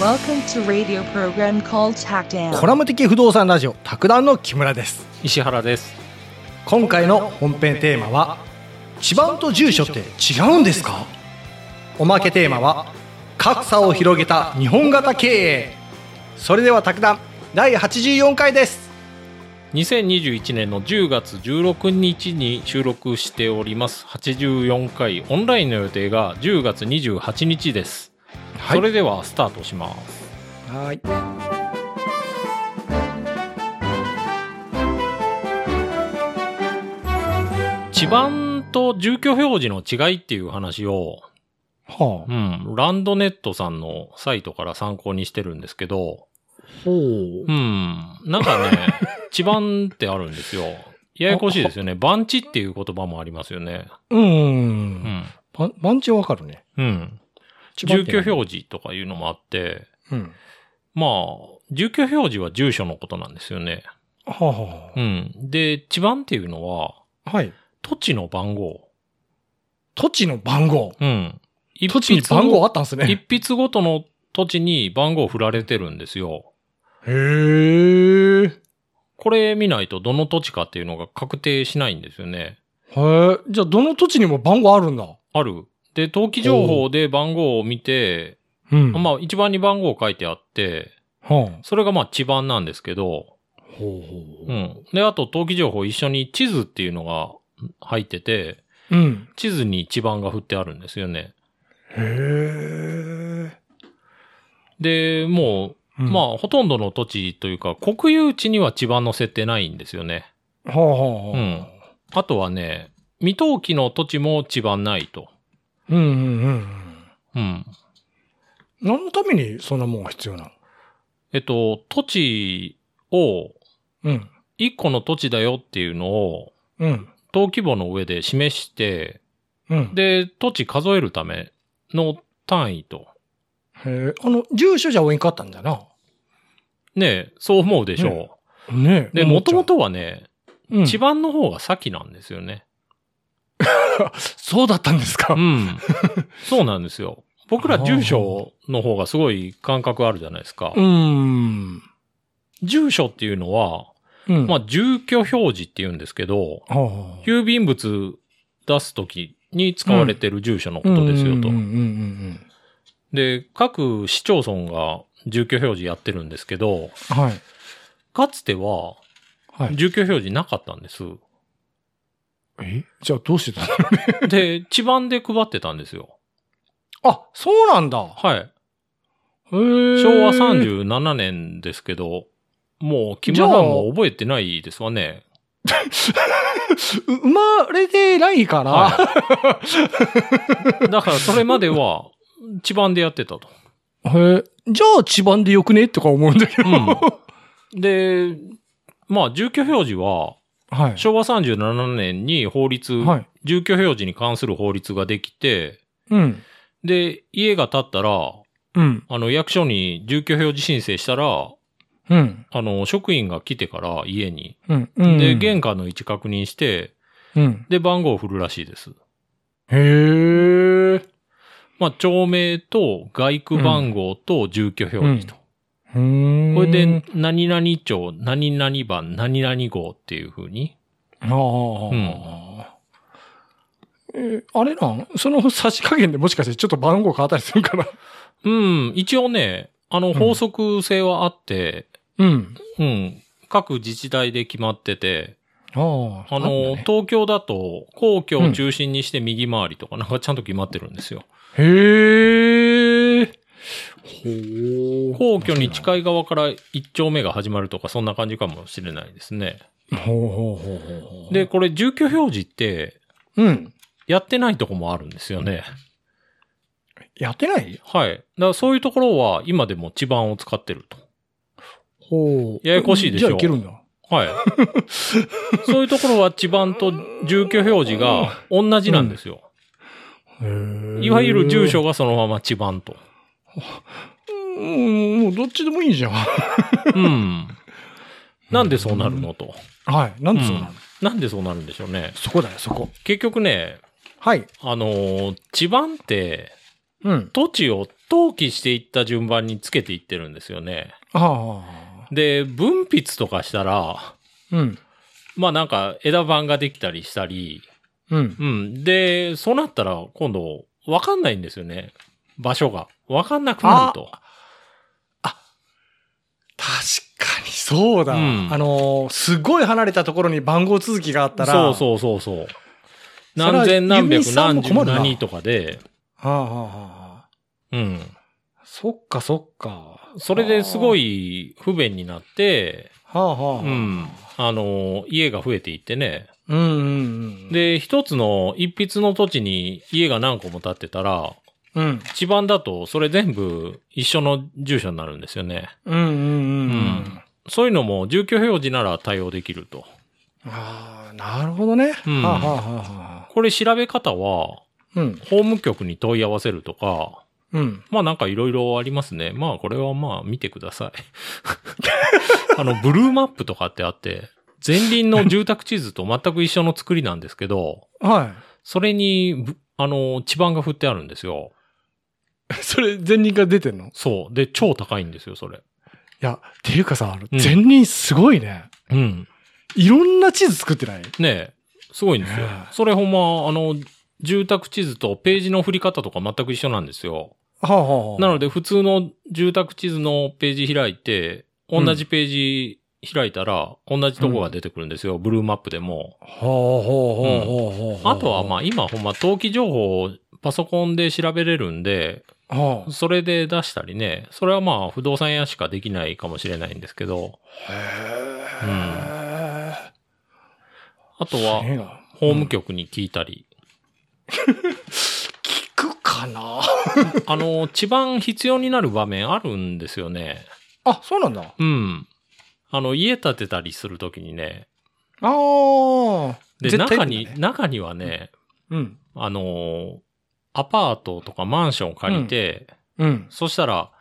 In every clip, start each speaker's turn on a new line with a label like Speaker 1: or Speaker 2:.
Speaker 1: Welcome to radio program called Tack
Speaker 2: コ
Speaker 1: Down.
Speaker 2: ラム的不動産ラジオ卓談の木村です
Speaker 3: 石原です
Speaker 2: 今回の本編テーマは地盤と住所って違うんですかおまけテーマは格差を広げた日本型経営それでは卓談第84回です
Speaker 3: 2021年の10月16日に収録しております84回オンラインの予定が10月28日です、
Speaker 2: はい
Speaker 3: それではスタートします
Speaker 2: はい
Speaker 3: 地盤と住居表示の違いっていう話を、
Speaker 2: は
Speaker 3: う
Speaker 2: あ
Speaker 3: ん、ランドネットさんのサイトから参考にしてるんですけど、
Speaker 2: ほ
Speaker 3: うん、なん かね、地盤ってあるんですよ。ややこしいですよね。番地っていう言葉もありますよね。
Speaker 2: うう
Speaker 3: うんん。
Speaker 2: ば番地はわかるね
Speaker 3: うん。
Speaker 2: 地盤
Speaker 3: 住
Speaker 2: って何
Speaker 3: 居表示とかいうのもあって、
Speaker 2: うん
Speaker 3: まあ、住居表示は住所のことなんですよね。
Speaker 2: はあは
Speaker 3: うん。で、地番っていうのは、
Speaker 2: あはい
Speaker 3: 土地の番号。
Speaker 2: 土地の番号
Speaker 3: うん。一
Speaker 2: 土地に番号あったんです
Speaker 3: 筆
Speaker 2: ね
Speaker 3: 一筆ごとの土地に番号振られてるんですよ。
Speaker 2: へえへ
Speaker 3: これ見ないとどの土地かっていうのが確定しないんですよね。
Speaker 2: えじゃあどの土地にも番号あるんだ
Speaker 3: ある。で、登記情報で番号を見て、
Speaker 2: うん
Speaker 3: まあ一番に番号書いてあって、
Speaker 2: はあ
Speaker 3: それがまあ地番なんですけど、
Speaker 2: ほうほうほ
Speaker 3: う。
Speaker 2: うん
Speaker 3: で、あと登記情報一緒に地図っていうのが入ってて、
Speaker 2: うん
Speaker 3: 地図に地盤が振ってあるんですよね。
Speaker 2: へ
Speaker 3: で、も
Speaker 2: え。
Speaker 3: う、ま
Speaker 2: あ、
Speaker 3: あ、ほとんどの土地というか、国有地には地盤の設定ないんですよね。
Speaker 2: はあはあ。
Speaker 3: うん。あとはね、未登記の土地も地盤ないと。
Speaker 2: うんうんうん。
Speaker 3: うん。
Speaker 2: 何のためにそんなもんが必要なの
Speaker 3: えっと、土地を、
Speaker 2: うん。
Speaker 3: 1個の土地だよっていうのを、
Speaker 2: うん。
Speaker 3: 登記簿の上で示して、
Speaker 2: うん。で、
Speaker 3: で、土地数えるための単位と。
Speaker 2: へえ。あの、住所じゃ多いんかったんだな。
Speaker 3: ねえそう思うでしょう。
Speaker 2: ね
Speaker 3: で、もとも、とはね、
Speaker 2: うん、
Speaker 3: 地盤の方が先なんですよね。
Speaker 2: そうだったんですか。
Speaker 3: うん。 そうなんですよ。僕ら
Speaker 2: あー
Speaker 3: 住所の方がすごい感覚あるじゃないですか
Speaker 2: う。ん。
Speaker 3: 住所っていうのは、
Speaker 2: うん。
Speaker 3: まあ、住居表示って言うんですけど、
Speaker 2: あ、は
Speaker 3: 郵便物出すときに使われてる住所のことですよと
Speaker 2: うんうんうん。うん
Speaker 3: で、各市町村が住居表示やってるんですけど、
Speaker 2: うん。はい。
Speaker 3: かつては
Speaker 2: はい。
Speaker 3: 住居表示なかったん です。
Speaker 2: えじゃあどうしてたの
Speaker 3: で、地盤で配ってたんですよ。
Speaker 2: あ、そうなんだ。
Speaker 3: はい。
Speaker 2: へえ。
Speaker 3: 昭和。37年ですけど、もう木村さんも覚えてないですわね。
Speaker 2: う生まれてないから。
Speaker 3: はい。だからそれまでは、地盤でやってたと。
Speaker 2: へえ。じゃあ地盤でよくねとか思うんだけど。
Speaker 3: うん。で、まあ、住居表示は、
Speaker 2: はい。
Speaker 3: 昭和37年に法律、
Speaker 2: はい。
Speaker 3: 住居表示に関する法律ができて、
Speaker 2: うん。
Speaker 3: で、家が建ったら、
Speaker 2: うん。
Speaker 3: あの、役所に住居表示申請したら、
Speaker 2: うん。
Speaker 3: あの、職員が来てから家に。
Speaker 2: うん。
Speaker 3: で、
Speaker 2: 現
Speaker 3: 玄関の位置確認して、
Speaker 2: うん。
Speaker 3: で、番号を振るらしいです。
Speaker 2: へえ。
Speaker 3: まあ、町名と外区番号と住居表示と。
Speaker 2: うーん。
Speaker 3: これで、、何々町、何々番、何々号っていう風に。
Speaker 2: ああ。えーあれなんその差し加減でもしかしてちょっと番号変わったりするかな
Speaker 3: うん、一応ね、あの、法則性はあって、
Speaker 2: うん。
Speaker 3: うん、各自治体で決まってて、
Speaker 2: ああ。な
Speaker 3: あの、
Speaker 2: んだね
Speaker 3: 東京だと、皇居を中心にして右回りとか、なんかちゃんと決まってるんですよ。
Speaker 2: へえ。ほう。
Speaker 3: 皇居に
Speaker 2: い。
Speaker 3: 近い側から一丁目が始まるとか、そんな感じかもしれないですね。
Speaker 2: ほうほうほうほうほう。
Speaker 3: で、、これ、住居表示って、
Speaker 2: うん。
Speaker 3: やってないとこもあるんですよね。
Speaker 2: やってない
Speaker 3: はい。だからそういうところは今でも地盤を使ってると。
Speaker 2: ほう。
Speaker 3: ややこしいでしょ
Speaker 2: じゃあいけるんだ。
Speaker 3: はい。そういうところは地盤と住居表示が同じなんですよ。
Speaker 2: へえ。
Speaker 3: いわゆる住所がそのまま地盤と。
Speaker 2: うん。もうどっちでもいいじゃん。
Speaker 3: うん。なんでそうなるのと。
Speaker 2: はい。なんでそうなの、
Speaker 3: うんなんでそうなるんでしょうね。
Speaker 2: そこだよ、そこ。
Speaker 3: 結局ね、
Speaker 2: はい。
Speaker 3: あのー地盤って、
Speaker 2: うん。
Speaker 3: 土地を登記していった順番につけていってるんですよね。
Speaker 2: ああ。
Speaker 3: で、分筆とかしたら、
Speaker 2: うん。
Speaker 3: まあなんか枝番ができたりしたり、
Speaker 2: うん。
Speaker 3: うん。で、そうなったら今度、わかんないんですよね。場所が。わかんなくなると。
Speaker 2: 確かにそうだ。
Speaker 3: うん
Speaker 2: あのーすごい離れたところに番号続きがあったら。
Speaker 3: そうそうそうそう。
Speaker 2: それは
Speaker 3: 何千何
Speaker 2: ユミ
Speaker 3: 百
Speaker 2: さんも
Speaker 3: 何十
Speaker 2: 困るな
Speaker 3: 何とかで、
Speaker 2: はあはあはあ。
Speaker 3: うん。
Speaker 2: そっかそっか。
Speaker 3: それですご
Speaker 2: い。
Speaker 3: い不便になって、
Speaker 2: はあはあ。
Speaker 3: うん。あの、家が増えていってね。
Speaker 2: うんうんうん。、
Speaker 3: で、一つの一筆の土地に家が何個も建ってたら、
Speaker 2: うん。
Speaker 3: 地盤だとそれ全部一緒の住所になるんですよね。
Speaker 2: うんうんうん。う
Speaker 3: うんん、そういうのも住居表示なら対応できると。
Speaker 2: ああ、なるほどね。
Speaker 3: うん
Speaker 2: はあはあはあはあ。
Speaker 3: これ調べ方は、
Speaker 2: うん。
Speaker 3: 法務局に問い合わせるとか、
Speaker 2: うん。
Speaker 3: まあなんかいろいろありますね。まあこれはまあ見てください。 あの、ブルーマップとかってあって、前輪の住宅地図と全く一緒の作りなんですけど、
Speaker 2: は
Speaker 3: それにぶ、あの、地盤が振ってあるんですよ。
Speaker 2: い。 それ、前輪が出てんのい
Speaker 3: そう。で、超高いんですよ、それ。
Speaker 2: や、っていうかさ、
Speaker 3: うん
Speaker 2: 前輪すごいね。
Speaker 3: うん。
Speaker 2: いろんな地図作ってない
Speaker 3: ねえ、すごいんですよ
Speaker 2: ねえ。
Speaker 3: それほんま、あの、住宅地図とページの振り方とか全く一緒なんですよ。
Speaker 2: はあは
Speaker 3: なの
Speaker 2: で、
Speaker 3: で普通の住宅地図のページ開いて、同じページ開いたら、同じとこが出てくるんですよ。ブルーマップでも。
Speaker 2: はあはあはあはあ。
Speaker 3: あとはまあ今ほんま登記情報をパソコンで調べれるんで、
Speaker 2: あ、はあ。
Speaker 3: それで出したりね、それはまあ不動産屋しかできないかもしれないんですけど、
Speaker 2: へえ。
Speaker 3: あと
Speaker 2: すげえ
Speaker 3: は
Speaker 2: な
Speaker 3: 法務局に聞いたり、
Speaker 2: 聞くかな
Speaker 3: あの、地盤必要になる場面あるんですよね。
Speaker 2: あ、そうなんだ。あ
Speaker 3: うん。あの、家建てたりするときにね。
Speaker 2: あ。
Speaker 3: で、
Speaker 2: 絶対
Speaker 3: 中
Speaker 2: い
Speaker 3: に
Speaker 2: るんだ、ね
Speaker 3: 中にはね、
Speaker 2: うん。
Speaker 3: あのーアパートとかマンション借りて、
Speaker 2: うん。
Speaker 3: そしたら、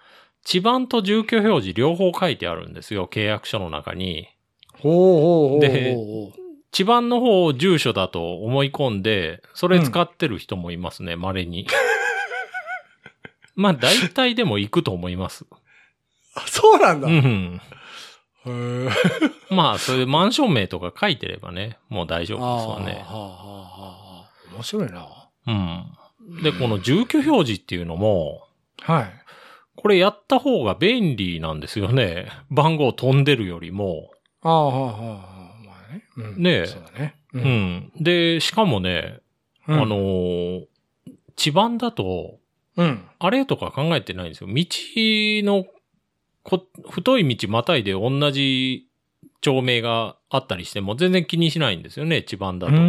Speaker 3: 地盤と住居表示両方書いてあるんですよ、契約書の中に。
Speaker 2: ほうほうほうほう。
Speaker 3: で地盤の方を住所だと思い込んで、それ使ってる人もいますね、稀に。 まあ、大体でも行くと思います。
Speaker 2: あそうなんだ。
Speaker 3: う
Speaker 2: へ
Speaker 3: ん。
Speaker 2: え。
Speaker 3: まあ、それマンション名とか書いてればね、もう大丈夫ですわね
Speaker 2: あ。あはあはあはあ面白いな。
Speaker 3: うん。で、この住居表示っていうのも、
Speaker 2: はい。
Speaker 3: これやった方が便利なんですよね。 番号飛んでるよりも。
Speaker 2: ああ、はあ、はあ、まあね。うん
Speaker 3: ねえ
Speaker 2: そうだね。う
Speaker 3: う。ん。で、しかもね、
Speaker 2: うん
Speaker 3: あの、ー地盤だと、
Speaker 2: うん。
Speaker 3: あれとか考えてないんですよ。道の、こ、太い道またいで同じ町名があったりしても全然気にしないんですよね、地盤だ
Speaker 2: うん
Speaker 3: と。
Speaker 2: う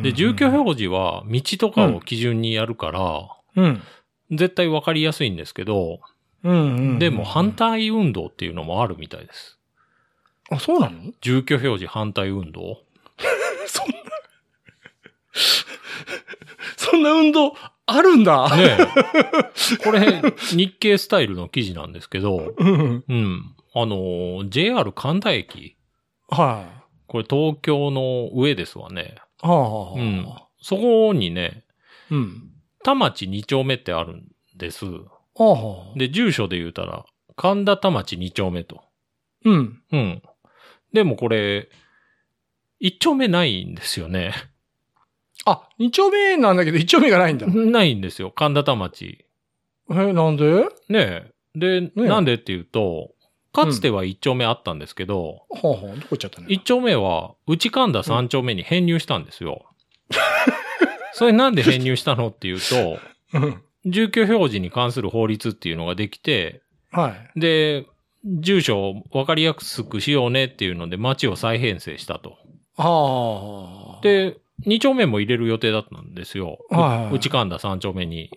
Speaker 2: ん。
Speaker 3: で、住居表示は道とかを基準にやるから、
Speaker 2: うん。
Speaker 3: 絶対わかりやすいんですけど、
Speaker 2: うん。うん。
Speaker 3: でも反。対運動っていうのもあるみたいです。
Speaker 2: あ、そうなの
Speaker 3: 住居表示反対運動
Speaker 2: そんな、そんな運動あるんだ。
Speaker 3: ねえ これ、日経スタイルの記事なんですけど、
Speaker 2: うん。
Speaker 3: うん。あのー、JR 神田駅、
Speaker 2: は
Speaker 3: これ東京の上ですわね。
Speaker 2: い。はあ、はあ。
Speaker 3: うん。そこにね、
Speaker 2: うん。
Speaker 3: 田町2丁目ってあるんです。
Speaker 2: はあ、はあ。
Speaker 3: で、住所で言うたら、神田田町2丁目と。
Speaker 2: うん。
Speaker 3: うん。でもこれ、1丁目ないんですよね。
Speaker 2: あ、二丁目なんだけど、一丁目がないんだ。
Speaker 3: ないんですよ、神田田町。
Speaker 2: え、なんで
Speaker 3: ねえ。で、
Speaker 2: え
Speaker 3: なんでっていうと、かつては1丁目あったんですけど、
Speaker 2: はあ、はあ。どこ行っちゃったの
Speaker 3: 一1丁目は内神田3丁目に編入したんですよ。 それなんで編入したのっていうと、
Speaker 2: うん。
Speaker 3: 住居表示に関する法律っていうのができて、
Speaker 2: はい。
Speaker 3: で、住所を分かりやすくしようねっていうので町を再編成したと。
Speaker 2: はあ、はあ。、
Speaker 3: で、2丁目も入れる予定だったんですよ。
Speaker 2: はいう
Speaker 3: 内神田3丁目に。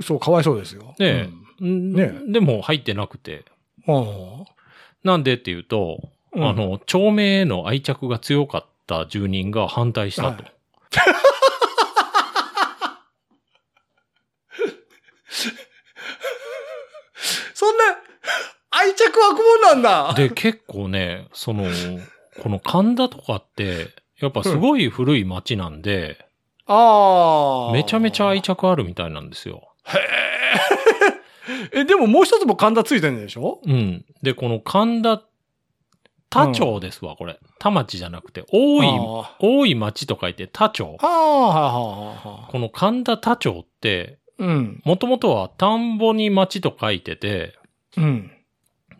Speaker 2: そう、かわいそうですよ。
Speaker 3: ねえん
Speaker 2: ね
Speaker 3: でも入ってなくて。
Speaker 2: え。はあ。
Speaker 3: なんでっていうと、
Speaker 2: うん
Speaker 3: あの、町名への愛着が強かった住人が反対したと。
Speaker 2: はそんな、愛着湧くもんなんだ。
Speaker 3: で、結構ね、その、この神田とかって、やっぱすごい古い町なんで、
Speaker 2: ああ。
Speaker 3: めちゃめちゃ愛
Speaker 2: 着。
Speaker 3: 着あるみたいなんですよ。
Speaker 2: え、でももう一つも神田ついてるんでしょ
Speaker 3: うん。で、この神田、他町ですわ、これ。田町じゃなくて、多い、
Speaker 2: あ
Speaker 3: 多い町と書いて他町
Speaker 2: あ。ああ、はあ、はあ、はあ。
Speaker 3: この神田他町って、
Speaker 2: うん。
Speaker 3: もともとは田んぼに町と書いてて、
Speaker 2: うん。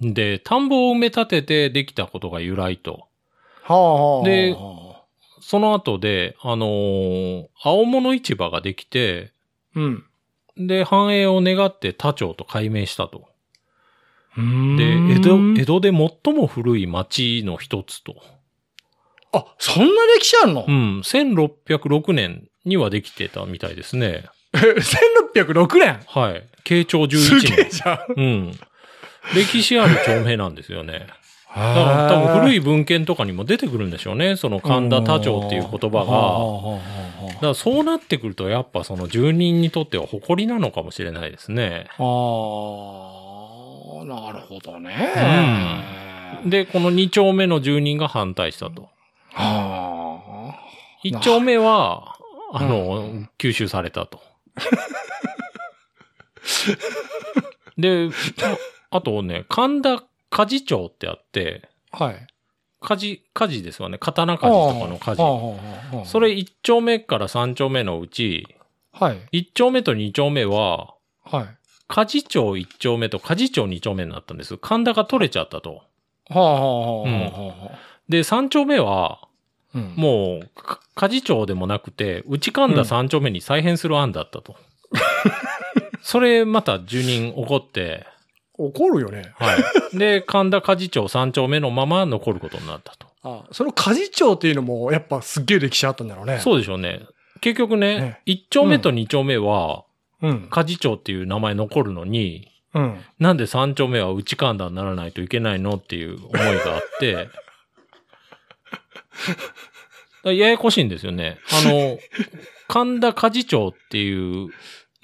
Speaker 3: で、田んぼを埋め立ててできたことが由来と。
Speaker 2: はあ、はあ。
Speaker 3: で
Speaker 2: はあはあ
Speaker 3: その後で、あのー青物市場ができて、
Speaker 2: うん。
Speaker 3: で、繁栄を願って他町と改名したと。
Speaker 2: うーん
Speaker 3: で、江戸、江戸で最も古い町の一つと。
Speaker 2: あ、そんな歴史あるの、
Speaker 3: うん、1606年にはできてたみたいですね。
Speaker 2: え ?1606 年
Speaker 3: はい。慶長11
Speaker 2: すげえ
Speaker 3: 年。
Speaker 2: じゃん。
Speaker 3: うん。歴史ある町名なんですよね。だから多分古
Speaker 2: い
Speaker 3: い文献とかにも出てくるんでしょうね。その神田多町っていう言葉が。だ
Speaker 2: が。
Speaker 3: からそうなってくるとやっぱその住人にとっては誇りなのかもしれないですね。
Speaker 2: ああ、なるほどね。で、
Speaker 3: で、この2丁目の住人が反対したと。
Speaker 2: はあ。
Speaker 3: 1丁目は、
Speaker 2: あ
Speaker 3: あの、吸収されたと。で、あとね、神田鍛冶町ってあって、
Speaker 2: はい。
Speaker 3: 鍛冶、鍛冶ですわね。刀鍛冶とかの鍛冶。
Speaker 2: 冶
Speaker 3: それ、1丁目から3丁目のうち、
Speaker 2: はい。
Speaker 3: 1丁目と2丁目は、
Speaker 2: はい。
Speaker 3: 鍛冶町1丁目と鍛冶町2丁目になったんです。神田が取れちゃったと。
Speaker 2: はあ、はあ、はあ、は
Speaker 3: で、3丁目は、
Speaker 2: あ。うん
Speaker 3: もう、か鍛冶町でもなくて、内神田三丁目に再編する案だったと。それ、また住人怒って、
Speaker 2: 怒るよね。
Speaker 3: はい。で、神田鍛冶町三丁目のまま残ることになったと。
Speaker 2: あその家事長っていうのも、やっぱすっげえ歴史あったんだろうね。
Speaker 3: そうでしょうね。結局ね
Speaker 2: ね、
Speaker 3: 一丁目と二丁目は、
Speaker 2: う。うん。
Speaker 3: 鍛冶町っていう名前残るのに、
Speaker 2: うん。
Speaker 3: なんで三丁目は内神田にならないといけないのっていう思いがあって、だからややこしいんですよね。あの、神田鍛冶町っていう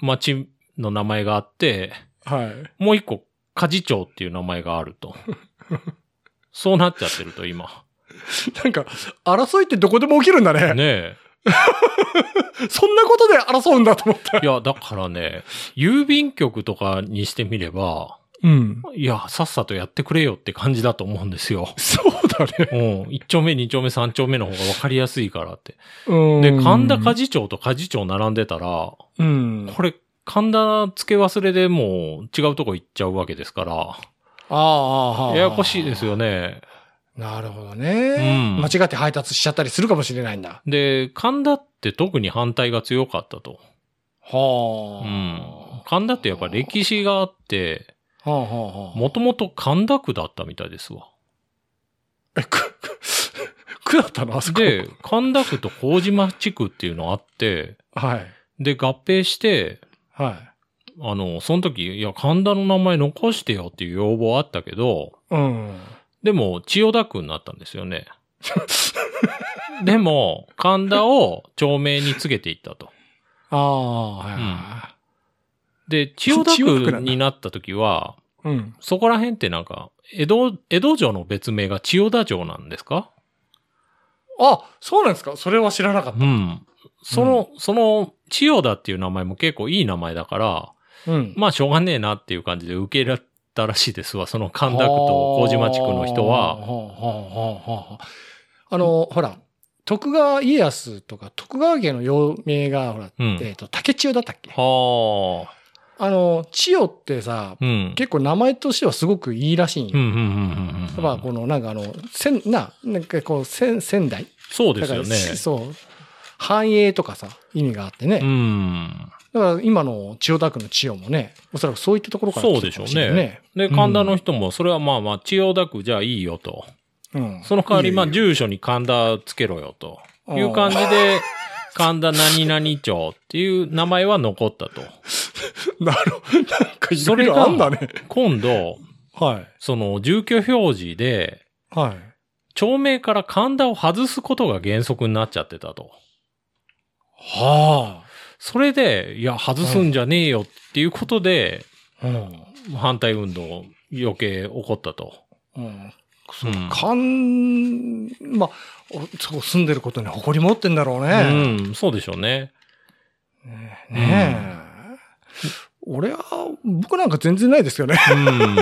Speaker 3: 町の名前があって、
Speaker 2: はい。
Speaker 3: もう一個鍛冶町っていう名前があると。そうなっちゃってると今。
Speaker 2: なんか、争いってどこでも起きるんだね。
Speaker 3: ね
Speaker 2: そんなことで争うんだと思った。
Speaker 3: え。いや、だからね、郵便局とかにしてみれば、
Speaker 2: うん。
Speaker 3: いや、さっさとやってくれよって感じだと思うんですよ。
Speaker 2: そうだね。
Speaker 3: うん。一丁目、二丁目、三丁目の方が分かりやすいからって。
Speaker 2: うん
Speaker 3: で、神田家事長と家事長並んでたら、こ
Speaker 2: うん。
Speaker 3: れ、神田付け忘れでもう違うとこ行っちゃうわけですか
Speaker 2: あああ
Speaker 3: ら、
Speaker 2: あ、
Speaker 3: ややこしいです
Speaker 2: よ。
Speaker 3: よね。
Speaker 2: なるほどね、
Speaker 3: うん
Speaker 2: 間違って配達しちゃったりするかもしれないんだ。
Speaker 3: で、神田って特に反対が強かったと。
Speaker 2: は
Speaker 3: う
Speaker 2: あ。
Speaker 3: ん。神田ってやっぱ歴史があって、
Speaker 2: はあはあはあ。
Speaker 3: もともと神田区だったみたいですわ。
Speaker 2: え、く、く、くだったのあそこ。
Speaker 3: で、神田区と麹町区っていうのあって、
Speaker 2: はい。
Speaker 3: で、合併して、
Speaker 2: はい。
Speaker 3: あの、その時、いや、神田の名前残してよっていう要望あったけど、
Speaker 2: うん。
Speaker 3: でも、千代田区になったんですよね。 でも、神田を町名に告げていったと。
Speaker 2: ああ、はいは
Speaker 3: で、千代
Speaker 2: 千代田区な
Speaker 3: 田区
Speaker 2: んだ
Speaker 3: になった時は、
Speaker 2: い。うん。
Speaker 3: そこら辺ってなんか、江戸、江戸城の別名が千代田城なんですか
Speaker 2: あ、そうなんですかそれは知らなかっ
Speaker 3: うん。その、その、千代田っていう名前も結構いい名前だから、
Speaker 2: た。うん。
Speaker 3: まあ、しょうがねえなっていう感じで受け入れたらしいですわ。その神田区と麹町区の人
Speaker 2: あー
Speaker 3: は。
Speaker 2: あーあーあーあーあの、ほら、徳川家康とか徳川家の幼名が、ほら、
Speaker 3: うん。
Speaker 2: えっ、と、竹千代だったっけ
Speaker 3: はあ。
Speaker 2: あの、千代ってさ、
Speaker 3: うん。
Speaker 2: 結構名前としてはすごくいいらしいんよ。
Speaker 3: うんうんうんうんうん。
Speaker 2: まあ、この、なんかあの、せん、な、なんかこう、せん、仙台
Speaker 3: そうで
Speaker 2: だ
Speaker 3: す
Speaker 2: から、
Speaker 3: よね。
Speaker 2: しそう。繁栄とかさ、意味があってね。
Speaker 3: うん。
Speaker 2: だから今の千代田区の千代もね、おそらくそういったところから来てるかもしれないね。
Speaker 3: で、神田の人も、それはまあまあ、千代田区じゃいいよと。
Speaker 2: うん。
Speaker 3: その代わり、まあ、
Speaker 2: いいよ
Speaker 3: 住所に神田つけろよと。
Speaker 2: うん
Speaker 3: いう感じで、神田何々町っていう名前は残ったと。
Speaker 2: なるほど。なんかい
Speaker 3: そ
Speaker 2: ろい
Speaker 3: れ
Speaker 2: ろ
Speaker 3: が
Speaker 2: あんだね。
Speaker 3: 今度、
Speaker 2: はい。
Speaker 3: その住居表示で、
Speaker 2: はい。
Speaker 3: 町名から神田を外すことが原則になっちゃってたと。
Speaker 2: は
Speaker 3: それで、いや、外すんじゃねえよっていうことで、
Speaker 2: あ。うん。
Speaker 3: 反対運動余計起こったと。
Speaker 2: うん。
Speaker 3: うん
Speaker 2: かん、まあ、おそう住んでることに誇り持ってんだろうね。
Speaker 3: うん、そうでしょうね。
Speaker 2: ねえ。俺は、僕なんか全然ないですよね。
Speaker 3: うん。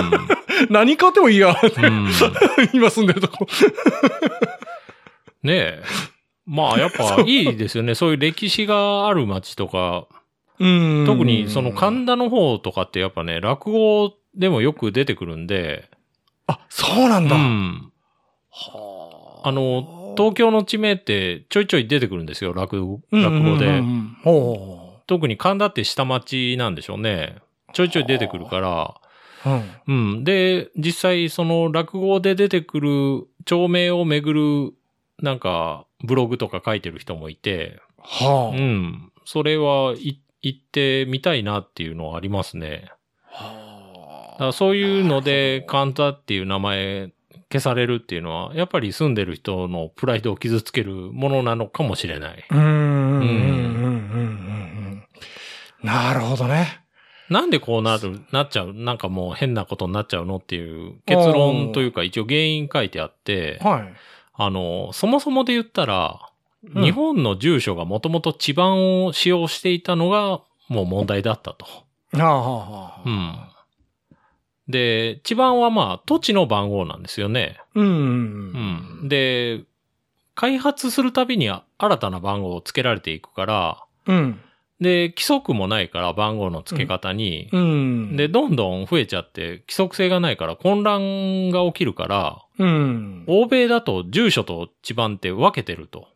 Speaker 2: 何買ってもいいや。
Speaker 3: うん。
Speaker 2: 今住んでるとこ。
Speaker 3: ねえ。まあや っぱいいですよね。そういう歴史がある街とか、
Speaker 2: うん
Speaker 3: 特にその神田の方とかってやっぱね、落語でもよく出てくるんで、
Speaker 2: あ、そうなん
Speaker 3: う
Speaker 2: だ。
Speaker 3: ん。
Speaker 2: は
Speaker 3: あの、東京の地名ってちょいちょい出てくるんですよ、落語
Speaker 2: うんうん
Speaker 3: 落語
Speaker 2: うんう
Speaker 3: で。
Speaker 2: んほ
Speaker 3: 特に神田って下町なんでしょうね。ちょいちょい出てくるから、
Speaker 2: う。うん。
Speaker 3: うん。で、実際その落語で出てくる町名をめぐるなんかブログとか書いてる人もいて、う
Speaker 2: は
Speaker 3: ん。それは、い、行ってみたいなっていうのはありますね。だか
Speaker 2: あ。
Speaker 3: らそういうので、
Speaker 2: な
Speaker 3: カンタっていう名前消されるっていうのは、やっぱり住んでる人のプライドを傷つけるものなのかもしれない。
Speaker 2: うんうんうんうんうんうんうん。なるほどね。
Speaker 3: なんでこうなる、なっちゃう、なんかもう変なことになっちゃうのっていう結論というか、一応原因書いてあって、
Speaker 2: はい。
Speaker 3: あの、そもそもで言ったら、
Speaker 2: うん
Speaker 3: 日本の住所がもともと地盤を使用していたのが、もう問題だったと。
Speaker 2: ああ、はあはあ
Speaker 3: うん。で、地番はまあ、土地の番号なんですよね。
Speaker 2: うんう
Speaker 3: うんん。で、開発するたびにあ新たな番号を付けられていくから、
Speaker 2: うん。うん。
Speaker 3: で、規則もないから番号の付け方に、
Speaker 2: うん。
Speaker 3: で、、どんどん増えちゃって、規則性がないから混乱が起きるから、
Speaker 2: うん。
Speaker 3: 欧米だと住所と地番って分けてると。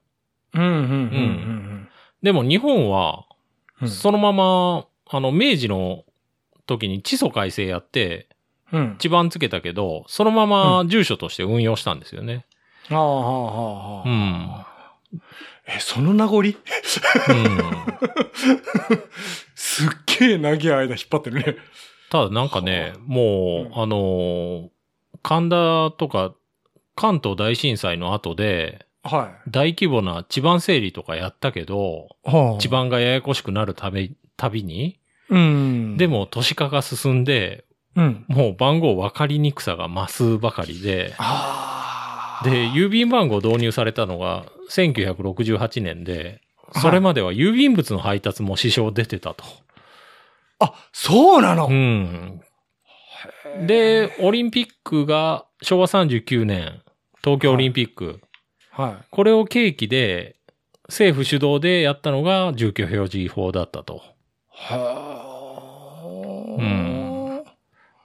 Speaker 2: うんうんうんうん
Speaker 3: でも日本は、
Speaker 2: うん。
Speaker 3: そのまま、あの、明治の時に地租改正やって、
Speaker 2: うん。
Speaker 3: 一番つけたけど、そのまま住所として運用したんですよね。
Speaker 2: ああ、はあはあは
Speaker 3: う
Speaker 2: あ。
Speaker 3: ん。
Speaker 2: え、その名残
Speaker 3: うん
Speaker 2: すっげえ長い間引っ張ってるね。
Speaker 3: ただなんかね、もう、
Speaker 2: うん
Speaker 3: あのー神田とか、関東大震災の後で、
Speaker 2: は
Speaker 3: 大規模な地盤整理とかやったけど、
Speaker 2: い。は
Speaker 3: 地。盤がややこしくなるため、たびに、
Speaker 2: うん。
Speaker 3: で、も都市化が進んで、
Speaker 2: うん。
Speaker 3: もう番号分かりにくさが増すばかりで、
Speaker 2: ああ。
Speaker 3: で、郵便番号導入されたのが1968年で、それまでは郵便物の配達も支障出てたと。
Speaker 2: あ、そうなの、
Speaker 3: うん。で、オリンピックが昭和39年、東京オリンピック。
Speaker 2: は
Speaker 3: これを契機で、政府主導でやったのが住居表示法だったと。
Speaker 2: い。はあ。
Speaker 3: うん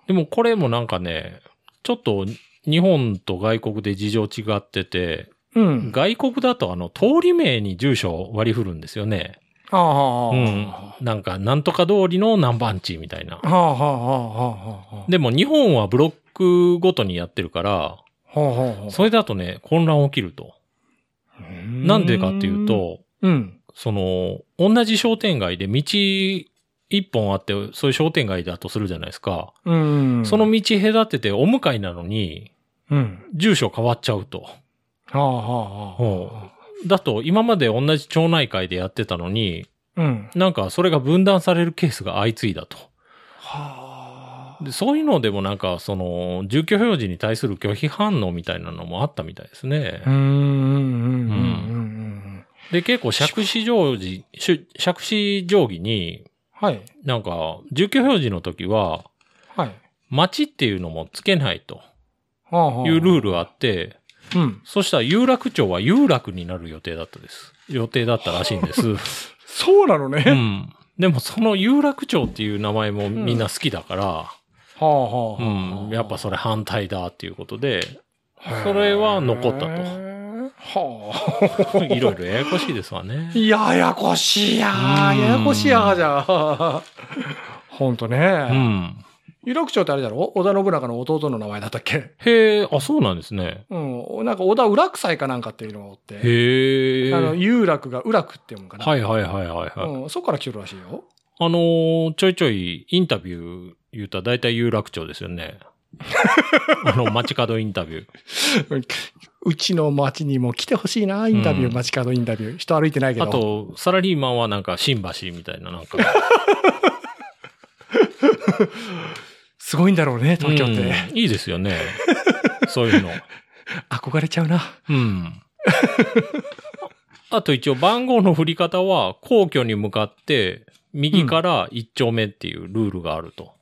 Speaker 3: でもこれもなんかね、ちょっと日本と外国で事情違ってて、
Speaker 2: うん。
Speaker 3: 外国だとあの通り名に住所を割り振るんですよね。
Speaker 2: ああ。
Speaker 3: う
Speaker 2: は
Speaker 3: ん。なんか、なんとか通りの何番地みたいな
Speaker 2: あ。はあはあはあはあ。
Speaker 3: でも日本はブロックごとにやってるから、
Speaker 2: はあは
Speaker 3: それだとね、混乱起きると。
Speaker 2: あ。
Speaker 3: なんでかっていう、と、
Speaker 2: うん。
Speaker 3: その、同じ商店街で道一本あって、そういう商店街だとするじゃないですか。
Speaker 2: うん。
Speaker 3: その、道隔ててお向かいなのに、
Speaker 2: うん。
Speaker 3: 住所変わっちゃうと。
Speaker 2: はあはあは
Speaker 3: だと、今まで同じ町内会でやってたのに、
Speaker 2: あ。うん。
Speaker 3: なんかそれが分断されるケースが相次いだと。
Speaker 2: はあ。
Speaker 3: でそういうのでもなんか、その、住居表示に対する拒否反応みたいなのもあったみたいですね。
Speaker 2: うんうんうんうんうん。
Speaker 3: で、結構、借子定規、し借子定規に、
Speaker 2: はい。
Speaker 3: なんか、住居表示の時は、
Speaker 2: はい。
Speaker 3: 町っていうのもつけないと
Speaker 2: はあはあ。
Speaker 3: いうルールあって、
Speaker 2: うん。
Speaker 3: そしたら有楽町は有楽になる予定だったです。予定だったらしいんです。
Speaker 2: そうなのね。
Speaker 3: う
Speaker 2: は
Speaker 3: ん。でもその有楽町っていう名前もみんな好きだから、
Speaker 2: あは
Speaker 3: う
Speaker 2: あはあ。
Speaker 3: ん、やっぱそれ反対だっていうことで、
Speaker 2: へえ
Speaker 3: それは残ったと
Speaker 2: はあ。
Speaker 3: いろいろややこしいですわね。
Speaker 2: ややこしいや
Speaker 3: う
Speaker 2: ー。
Speaker 3: ん
Speaker 2: ややこしいやーじゃ あ。ほんと
Speaker 3: う
Speaker 2: ね。
Speaker 3: ん。
Speaker 2: 有楽町ってあれだろ織田信長の弟の名前だったっけ
Speaker 3: へえ、あ、そうなんですね。
Speaker 2: うん。なんか織田裏臭いかなんかっていうのがおって。
Speaker 3: へえ。
Speaker 2: あの、
Speaker 3: はい
Speaker 2: 有楽が裏楽って読むかな。
Speaker 3: はいはいはいはい。
Speaker 2: うん。そっから来てるらしいよ。
Speaker 3: あのーちょいちょいインタビュー言うたら大体有楽町ですよ ね。あの、街角インタビュー。
Speaker 2: うちの町にも来てほしいな、インタビュー、
Speaker 3: うん
Speaker 2: 街角インタビュー。人歩いてないけど。
Speaker 3: あと、サラリーマンはなんか新橋みたいななんか。
Speaker 2: すごいんだろうね、東京って。
Speaker 3: うんいいですよね。そういうの。
Speaker 2: 憧れちゃうな。
Speaker 3: うん。あと一応番号の振り方は、皇居に向かって、右から1丁目っていうルールがあると。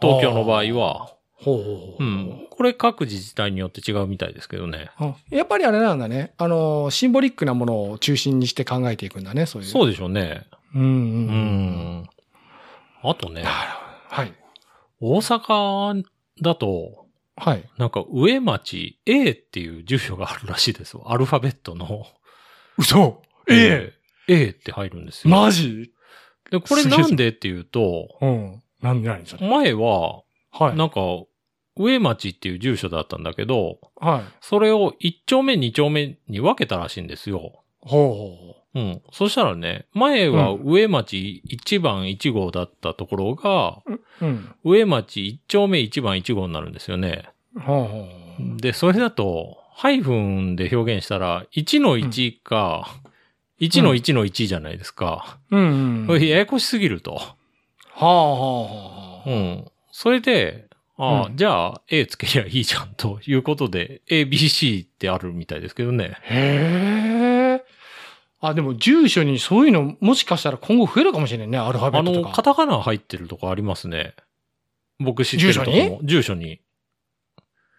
Speaker 3: 東京の場合は、
Speaker 2: ほうほうほう。
Speaker 3: うん。これ各自治体によって違うみたいですけどね。
Speaker 2: うんやっぱりあれなんだね。あの、シンボリックなものを中心にして考えていくんだね、そういう。
Speaker 3: そう
Speaker 2: う。
Speaker 3: でしょうね。
Speaker 2: うんうん
Speaker 3: う
Speaker 2: うん。
Speaker 3: ん。あとね、
Speaker 2: はい。
Speaker 3: 大阪だと、
Speaker 2: はい。
Speaker 3: なんか上町 A っていう住所があるらしいですよ。アルファベットの。
Speaker 2: 嘘
Speaker 3: A A って入るんですよ。
Speaker 2: マジ
Speaker 3: で、これなんでっていうと、
Speaker 2: うん。なんで何それ
Speaker 3: 前は、
Speaker 2: はい。
Speaker 3: なんか、上町っていう住所だったんだけど、
Speaker 2: はい。
Speaker 3: それを1丁目2丁目に分けたらしいんですよ。
Speaker 2: ほうほ
Speaker 3: うん。そしたらね、前は上町1番1号だったところが、
Speaker 2: う。うん。
Speaker 3: 上町1丁目1番1号になるんですよね。
Speaker 2: ほうほう。
Speaker 3: で、それだと、ハイフンで表現したら、1の1か、1の1の1じゃないですか。
Speaker 2: うん、
Speaker 3: こ
Speaker 2: うん。
Speaker 3: れややこしすぎると。
Speaker 2: はあはあはあ
Speaker 3: う
Speaker 2: は
Speaker 3: ん。それで、ああ、
Speaker 2: うん
Speaker 3: じゃあ A つけりゃいいじゃんということで、ABC ってあるみたいですけどね。
Speaker 2: あ。へえ。あ、でも住所にそういうのもしかしたら今後増えるかもしれないね、アルファベ
Speaker 3: あ
Speaker 2: ットと
Speaker 3: の、
Speaker 2: か。
Speaker 3: カタカナ入ってるとこありますね。僕知ってるとこも
Speaker 2: 住所
Speaker 3: 住所に。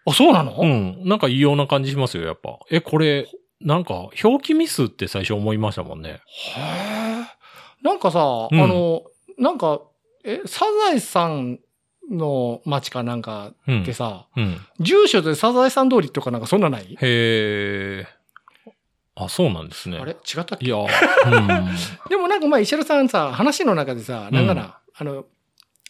Speaker 2: あ、そうなの、
Speaker 3: うん。なんか異様な感じしますよ、やっぱ。え、これ、なんか、表記ミスって最初思いましたもんね。
Speaker 2: へえ。なんかさ、
Speaker 3: うん
Speaker 2: あの、なんか、え、サザエさんの町かなんか
Speaker 3: う
Speaker 2: って
Speaker 3: ん。
Speaker 2: さ、
Speaker 3: うん。
Speaker 2: 住所でサザエさん通りとかなんかそんなない、
Speaker 3: へえ。あ、そうなんですね。
Speaker 2: あれ違ったっ
Speaker 3: い
Speaker 2: け
Speaker 3: や、うん。
Speaker 2: でもなんかまあ石原さんさ、話の中でさ、なんかな、あの、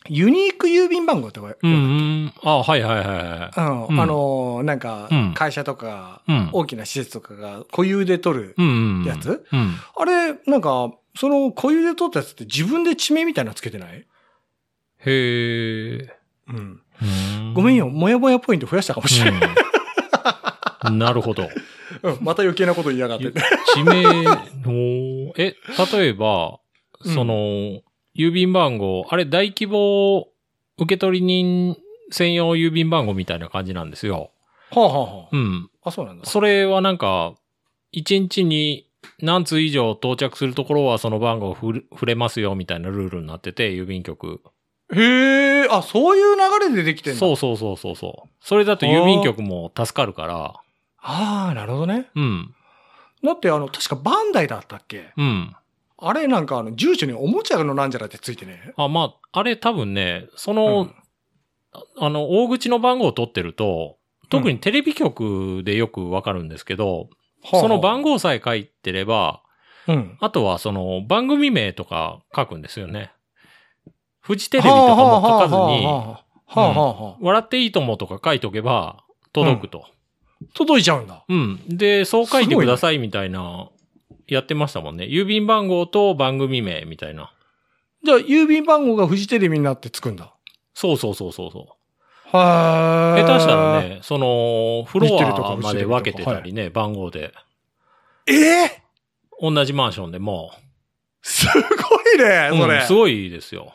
Speaker 2: ユニーク郵便番号とか、
Speaker 3: う
Speaker 2: うん
Speaker 3: ん、うん。あ、はいはいはいは
Speaker 2: あの、
Speaker 3: うん
Speaker 2: なんか
Speaker 3: うん、
Speaker 2: 会社とか、
Speaker 3: い。うん。
Speaker 2: 大きな施設とかが固有で取る
Speaker 3: うんうんうん。
Speaker 2: やつ、
Speaker 3: うん。
Speaker 2: あれ、なんか、その固有で取ったやつって自分で地名みたいなのつけてない
Speaker 3: へえ。
Speaker 2: うん。
Speaker 3: うん
Speaker 2: ごめんよ、。もやもやポイント増やしたかもしれない。
Speaker 3: うんなるほど。
Speaker 2: うん、また余計なこと言いやが って。
Speaker 3: 地名の、え、例えば、
Speaker 2: うん
Speaker 3: その、郵便番号、あれ大規模受取人専用郵便番号みたいな感じなんですよ。
Speaker 2: あはあはあ。
Speaker 3: うん。
Speaker 2: あ、そうなんだ。
Speaker 3: それはなんか、1日に何通以上到着するところはその番号ふる触れますよみたいなルールになってて、郵便局。
Speaker 2: へえ、あ、そういう流れでできてんだ。
Speaker 3: そうそうそうそうそう。それだと郵便局も助かるから、
Speaker 2: ああ、なるほどね。
Speaker 3: うん、
Speaker 2: だって、あの、確かバンダイだったっけ
Speaker 3: うん。
Speaker 2: あれなんか、あの、住所におもちゃのなんじゃらってついてね。
Speaker 3: あ、まあ、あれ多分ね、その、
Speaker 2: うん
Speaker 3: ああの、大口の番号を取ってると、特にテレビ局でよくわかるんですけど、その番
Speaker 2: 号
Speaker 3: 号さえ書いてれば、
Speaker 2: うん。
Speaker 3: あとはその番組名とか書くんですよね。フジテレビとかも書かずに、
Speaker 2: はあはあはあはあはあはあはあ。
Speaker 3: 笑っていいともとか書いとけば届くと。
Speaker 2: 届いちゃうんだ。
Speaker 3: うん。で、そう書いてくださいみたいな、やってましたもんね。郵便番号と番組名みたいな。
Speaker 2: じゃあ、郵便番号がフジテレビになってつくんだ。
Speaker 3: そうそうそうそうそう。
Speaker 2: は
Speaker 3: 下手したら。ね、その、フロアまで分けてた
Speaker 2: フ
Speaker 3: りね、番号で。
Speaker 2: ええ
Speaker 3: 同じマンションでも、
Speaker 2: すごいね、それ。
Speaker 3: うんすごいで すよ。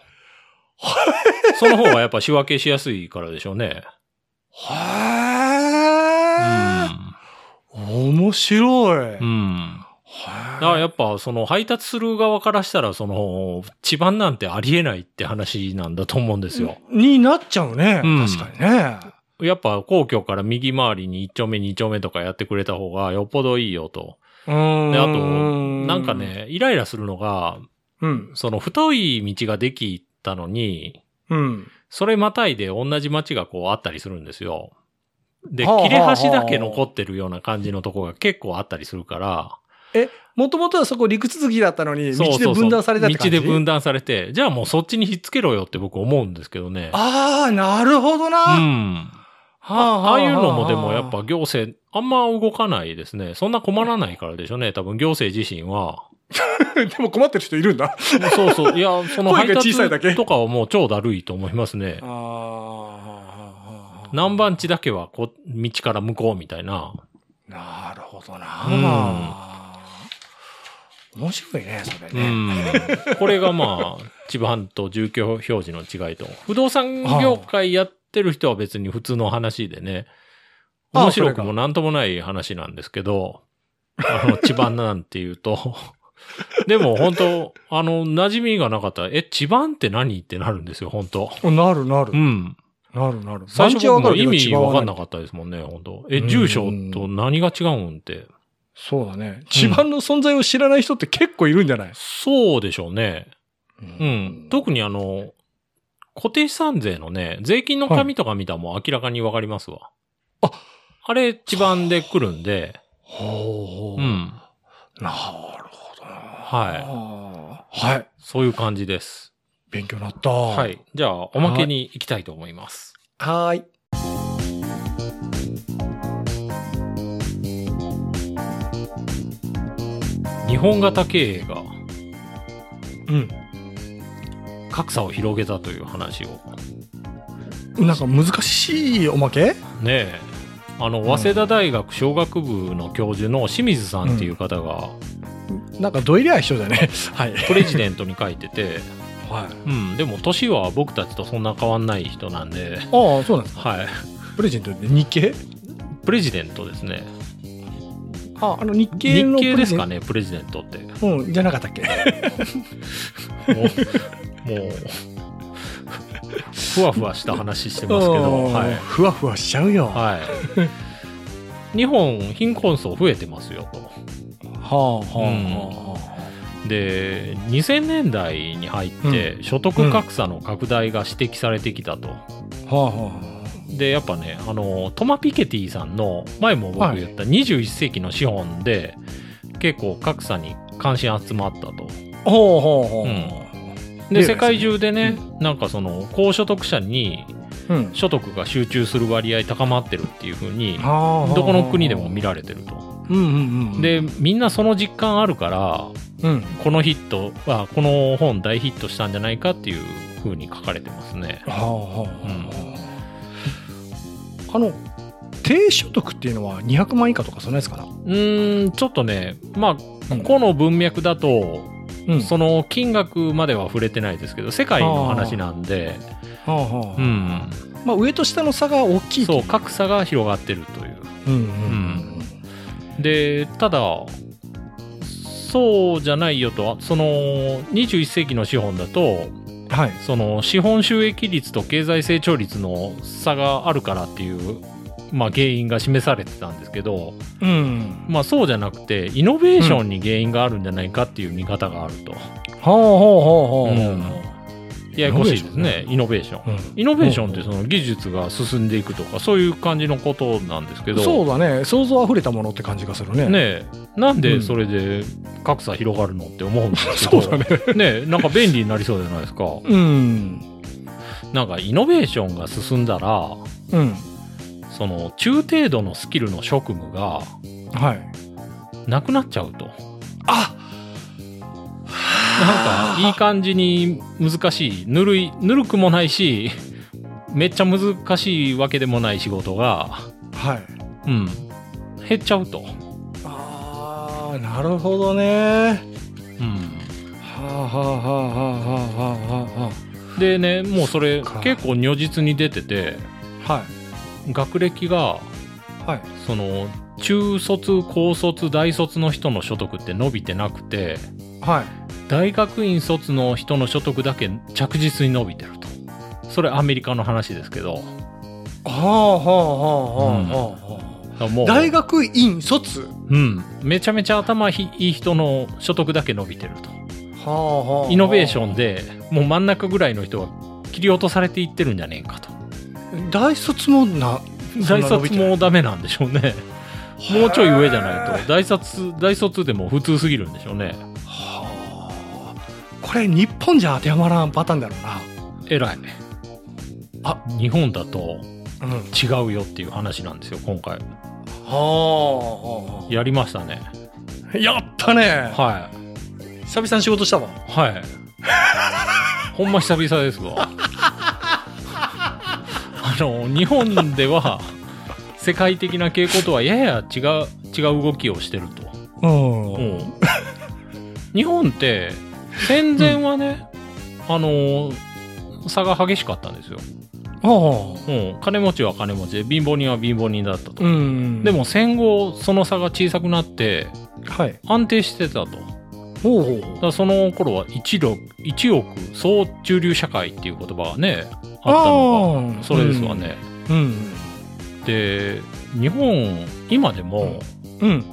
Speaker 3: その方がやっぱ仕分けしやすいからでしょうね。う
Speaker 2: はあ。
Speaker 3: ん。
Speaker 2: 面白い。
Speaker 3: うん。だから
Speaker 2: は
Speaker 3: やっぱその配達する側からしたら、その、地盤なんてありえないって話なんだと思うんですよ。
Speaker 2: になっちゃうね。
Speaker 3: うん
Speaker 2: 確かにね。
Speaker 3: やっぱ皇居から右回りに1丁目2丁目とかやってくれた方がよっぽどいいよと。
Speaker 2: うーん。
Speaker 3: で、あと、なんか。ね、イライラするのが、
Speaker 2: うん。
Speaker 3: その太い道ができたのに、
Speaker 2: うん。
Speaker 3: それまたいで同じ町がこうあったりするんですよ。で、
Speaker 2: はあはあ
Speaker 3: 切れ端だけ残ってるような感じのとこが結構あったりするから、
Speaker 2: もともとはそこ陸続きだったのに、
Speaker 3: そう
Speaker 2: 道
Speaker 3: そ
Speaker 2: で
Speaker 3: うそう
Speaker 2: 分断されたって感じ
Speaker 3: 道で分断されて、じゃあもうそっちにひっつけろよって僕思うんですけどね。
Speaker 2: ああ、なるほどな。
Speaker 3: う
Speaker 2: は
Speaker 3: ん。あああいうのもでもや っぱ。行政、あんま動かないですね。そんな困らないからでしょうね。多分行政自身は。
Speaker 2: でも困ってる人いるんだ。
Speaker 3: そうそう。いや、その配
Speaker 2: 声が小さいだけ
Speaker 3: 達とかはもう超だるいと思いますね
Speaker 2: あ。あ。
Speaker 3: 南蛮地だけはこ道から向こうみたいな。
Speaker 2: なるほどな。面白いね、それ
Speaker 3: う
Speaker 2: ね。
Speaker 3: ん。これがまあ、地盤と住居表示の違いと。不動産業界やってる人は別に普通の話でね、
Speaker 2: ああ
Speaker 3: 面白くもなんともない話なんですけど、あの、千葉なんて言うと。でも本当あの、馴染みがなかったら、え、千葉って何ってなるんですよ、本当
Speaker 2: なるなる
Speaker 3: う。ん。
Speaker 2: なるなる。
Speaker 3: 最初
Speaker 2: 番地は
Speaker 3: 僕も
Speaker 2: るけ
Speaker 3: 意
Speaker 2: ど
Speaker 3: 味
Speaker 2: 千葉は
Speaker 3: わかん
Speaker 2: い
Speaker 3: なかったですもんね、本当え、住所と何が違うんって。
Speaker 2: そうだね。地盤の存在を知らない人って結構いるんじゃない
Speaker 3: そうでしょうね。
Speaker 2: う
Speaker 3: うん。特にあの、固定資産税のね、税金の紙とか見たらもう明らかにわかりますわ。
Speaker 2: あ
Speaker 3: あれ、地盤で来るんで、
Speaker 2: ほう。
Speaker 3: うん。
Speaker 2: なるほどな。はい。はい。
Speaker 3: そういう感じです。
Speaker 2: 勉強になった。
Speaker 3: は
Speaker 2: はい。
Speaker 3: い。じゃあ、おまけに行きたいと思います。
Speaker 2: はーい。
Speaker 3: 日本型経営が
Speaker 2: うん。
Speaker 3: 格差を広げたという話を。
Speaker 2: なんか難しいおまけ
Speaker 3: ねえ。あの、早稲田大学商学部の教授の清水さんっていう方が、
Speaker 2: なんかどいりゃ一緒だ ね。はい。
Speaker 3: プレジデントに書いてて、
Speaker 2: はい。
Speaker 3: うん、でも年は僕たちとそんな変わんない人なんで、
Speaker 2: ああ、そうなんです。
Speaker 3: はい。
Speaker 2: プレジェントで日系
Speaker 3: プレジデントですね。
Speaker 2: あ、あの日系
Speaker 3: 日
Speaker 2: の
Speaker 3: 系ですか
Speaker 2: ね。
Speaker 3: ね、プレジデントって。
Speaker 2: うん、じゃなかったっけ
Speaker 3: もう、もう、ふわふわした話してますけど、
Speaker 2: うん
Speaker 3: はい。
Speaker 2: ふわふわしちゃうよ。は
Speaker 3: はい。日本、貧困層増えてますよと。
Speaker 2: あ、はあ、は
Speaker 3: で、2000年代に入って、所得格差の拡大が指摘されてきたと。
Speaker 2: あ、はあ、は
Speaker 3: で、やっぱね、あの、トマ・ピケティさんの、前も僕言った21世紀の資本で、結構格差に関心集まったと。
Speaker 2: あ。ほうほうほう。
Speaker 3: で、
Speaker 2: ね
Speaker 3: 世界中でね、なんかその、高所得者に
Speaker 2: うん。
Speaker 3: 所得が集中する割合高まってるっていう風に、
Speaker 2: はあ
Speaker 3: どこの国でも見
Speaker 2: ら
Speaker 3: られてると。
Speaker 2: うんうんうん。
Speaker 3: で、、みんなその実感あるから、
Speaker 2: うん。
Speaker 3: このヒットは、この本大ヒットしたんじゃないかっていう風に書かれてますね。
Speaker 2: はあはあ、あの低所得っていうのは200万以下とかそんなやつかな、
Speaker 3: うーん、ちょっとね、まあ、
Speaker 2: うん
Speaker 3: ここの文脈だと、
Speaker 2: うん
Speaker 3: その金額までは触れてないですけど、世界の話なんで、
Speaker 2: はあはあ
Speaker 3: うん、
Speaker 2: まあ、上と下の差が大きい
Speaker 3: そうう、格差が広がってるという。
Speaker 2: うんうん
Speaker 3: でただそうじゃないよとその21世紀の資本だと
Speaker 2: うんはい
Speaker 3: その資本収益率と経済成長率の差があるからっていう、まあ、原因が示されてたんですけど、
Speaker 2: うん
Speaker 3: まあ、そうじゃなくてイノベーションに原因があるんじゃないかっていう見方があると、
Speaker 2: はあはあはあ
Speaker 3: うんややこしいですねイノベーション
Speaker 2: うん
Speaker 3: イノベーションってその技術が進んでいくとかそういう感じのことなんですけど
Speaker 2: そうだね想像あふれたものって感じがするね
Speaker 3: ねえなんでそれで格差広がるのって思うんですけ
Speaker 2: そ
Speaker 3: ど
Speaker 2: うだね
Speaker 3: ねえなんか便利になりそうじゃないですか
Speaker 2: うん
Speaker 3: なんかイノベーションが進んだら
Speaker 2: うん
Speaker 3: その中程度のスキルの職務が
Speaker 2: はい
Speaker 3: なくなっちゃうと
Speaker 2: あ
Speaker 3: なんかいい感じに難しいぬるいぬるくもないしめっちゃ難しいわけでもない仕事が
Speaker 2: はい
Speaker 3: うん減っちゃうと、
Speaker 2: あーなるほどね
Speaker 3: うん、
Speaker 2: はあはあはあはあはあはあは
Speaker 3: でねもうそれ
Speaker 2: そっか
Speaker 3: 結構如実に出てて
Speaker 2: あは
Speaker 3: 学歴が
Speaker 2: いはい
Speaker 3: その中卒高卒大卒の人の所得って伸びてなくて
Speaker 2: はい
Speaker 3: 大学院卒の人の所得だけ着実に伸びてるとそれアメリカの話ですけど
Speaker 2: はあはあはあはあは
Speaker 3: だ
Speaker 2: あ
Speaker 3: からもう
Speaker 2: 大学院卒は
Speaker 3: うんめちゃめちゃ頭いい人の所得だけ伸びてると
Speaker 2: あは
Speaker 3: イノベーションでもう真ん中ぐらいの人は切り落とされていってるんじゃねえかと
Speaker 2: 大卒もな
Speaker 3: 大卒もダメなんでしょうねもうちょい上じゃないと大卒大卒でも普通すぎるんでしょうね
Speaker 2: はあこれ日本じゃ当てはまらんパターンだろ
Speaker 3: 偉いあ日本だと
Speaker 2: うなうんは
Speaker 3: 違うよっていう話なんですよ今回
Speaker 2: あは
Speaker 3: やりましたね
Speaker 2: あやったね
Speaker 3: は
Speaker 2: 久々に仕事したわ
Speaker 3: いはいほんま久々ですわあの日本では世界的な傾向とはやや違う違う動きをしてると、
Speaker 2: うん
Speaker 3: うん日本って戦前はね、あの差が激しかったんですよ
Speaker 2: ああ。
Speaker 3: うん、金持ちは金持ちで、貧乏人は貧乏人だったと。
Speaker 2: うん。
Speaker 3: で、も戦後、その差が小さくなって、
Speaker 2: はい。
Speaker 3: 安定してたと。だか
Speaker 2: ほうほうほう。
Speaker 3: らその頃は一億、一億総中流社会っていう言葉がね、
Speaker 2: あ
Speaker 3: あったの
Speaker 2: あ
Speaker 3: が、それですわね。
Speaker 2: うん。
Speaker 3: で、日本、今でも、
Speaker 2: うん。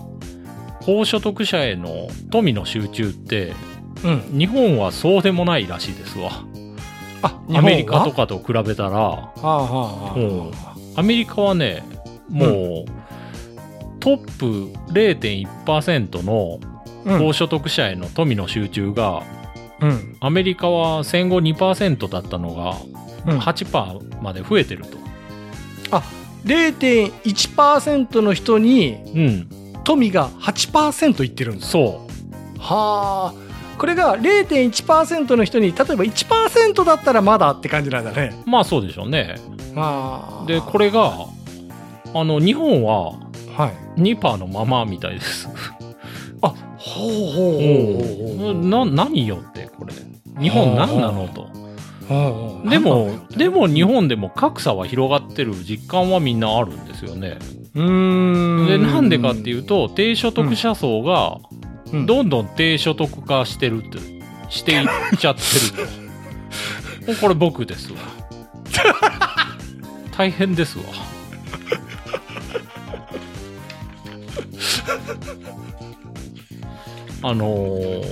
Speaker 3: 高所得者への富の集中って、
Speaker 2: うん。
Speaker 3: 日本はそうでもないらしいですわ。
Speaker 2: あ、
Speaker 3: アメリカと
Speaker 2: か。
Speaker 3: かと比べたら、
Speaker 2: はあはあ
Speaker 3: うんアメリカはね、もう、トップ0.1%の
Speaker 2: うん。
Speaker 3: 高所得者への富の集中が、
Speaker 2: うん。
Speaker 3: アメリカは戦後2%だったのが
Speaker 2: うん。
Speaker 3: 8%まで増えてると。
Speaker 2: 0.1%の人に
Speaker 3: うん、
Speaker 2: 富が8%いってるんです。
Speaker 3: そ
Speaker 2: はあ。これが0.1%の人に例えば1%だったらまだって感じなんだね。
Speaker 3: う。まあそうでしょうね。
Speaker 2: ああ。
Speaker 3: で、これが、あの、日本は
Speaker 2: はい。
Speaker 3: 2%のままみたいです。
Speaker 2: あ、ほうほうほうほう
Speaker 3: な、何よって、これ。日本何なのと。
Speaker 2: ほうほう。
Speaker 3: でも、でも日本でも格差は広がってる実感はみんなあるんですよね。
Speaker 2: うーん。
Speaker 3: で、なんでかっていううと、低所得者層が
Speaker 2: うん
Speaker 3: どんどん低所得化してるって、していっちゃってる。もうこれ僕です わ。大変ですわ。あのー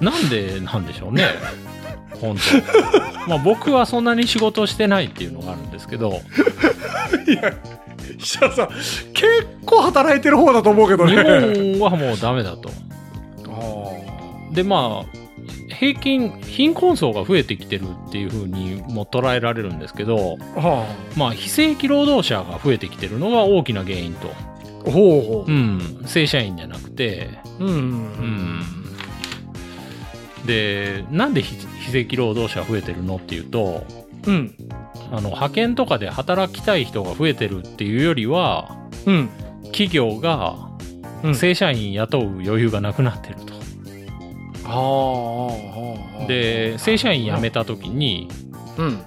Speaker 3: なんでなんでしょうね。本当。まあ僕はそんなに仕事してないっていうのがあるんですけど、
Speaker 2: 石原さん結構働いてる方だと思うけど
Speaker 3: 日
Speaker 2: ね
Speaker 3: 本はもうダメだと。でまあ平均貧困層が増えてきてるっていうふうにも捉えられるんですけど、
Speaker 2: は
Speaker 3: まあ、非正規労働者が増えてきてるのが大きな原因と、
Speaker 2: あほうほ
Speaker 3: うん、正社員じゃなくて、
Speaker 2: ううん
Speaker 3: うん、でなんで非非正規労働者増えてるのっていうと
Speaker 2: うん
Speaker 3: あの派遣とかで働きたい人が増えてるっていうよりは
Speaker 2: うん
Speaker 3: 企業が
Speaker 2: うん
Speaker 3: 正社員雇う余裕がなくなってると。
Speaker 2: はあはあ
Speaker 3: で正社員辞めた時に
Speaker 2: うん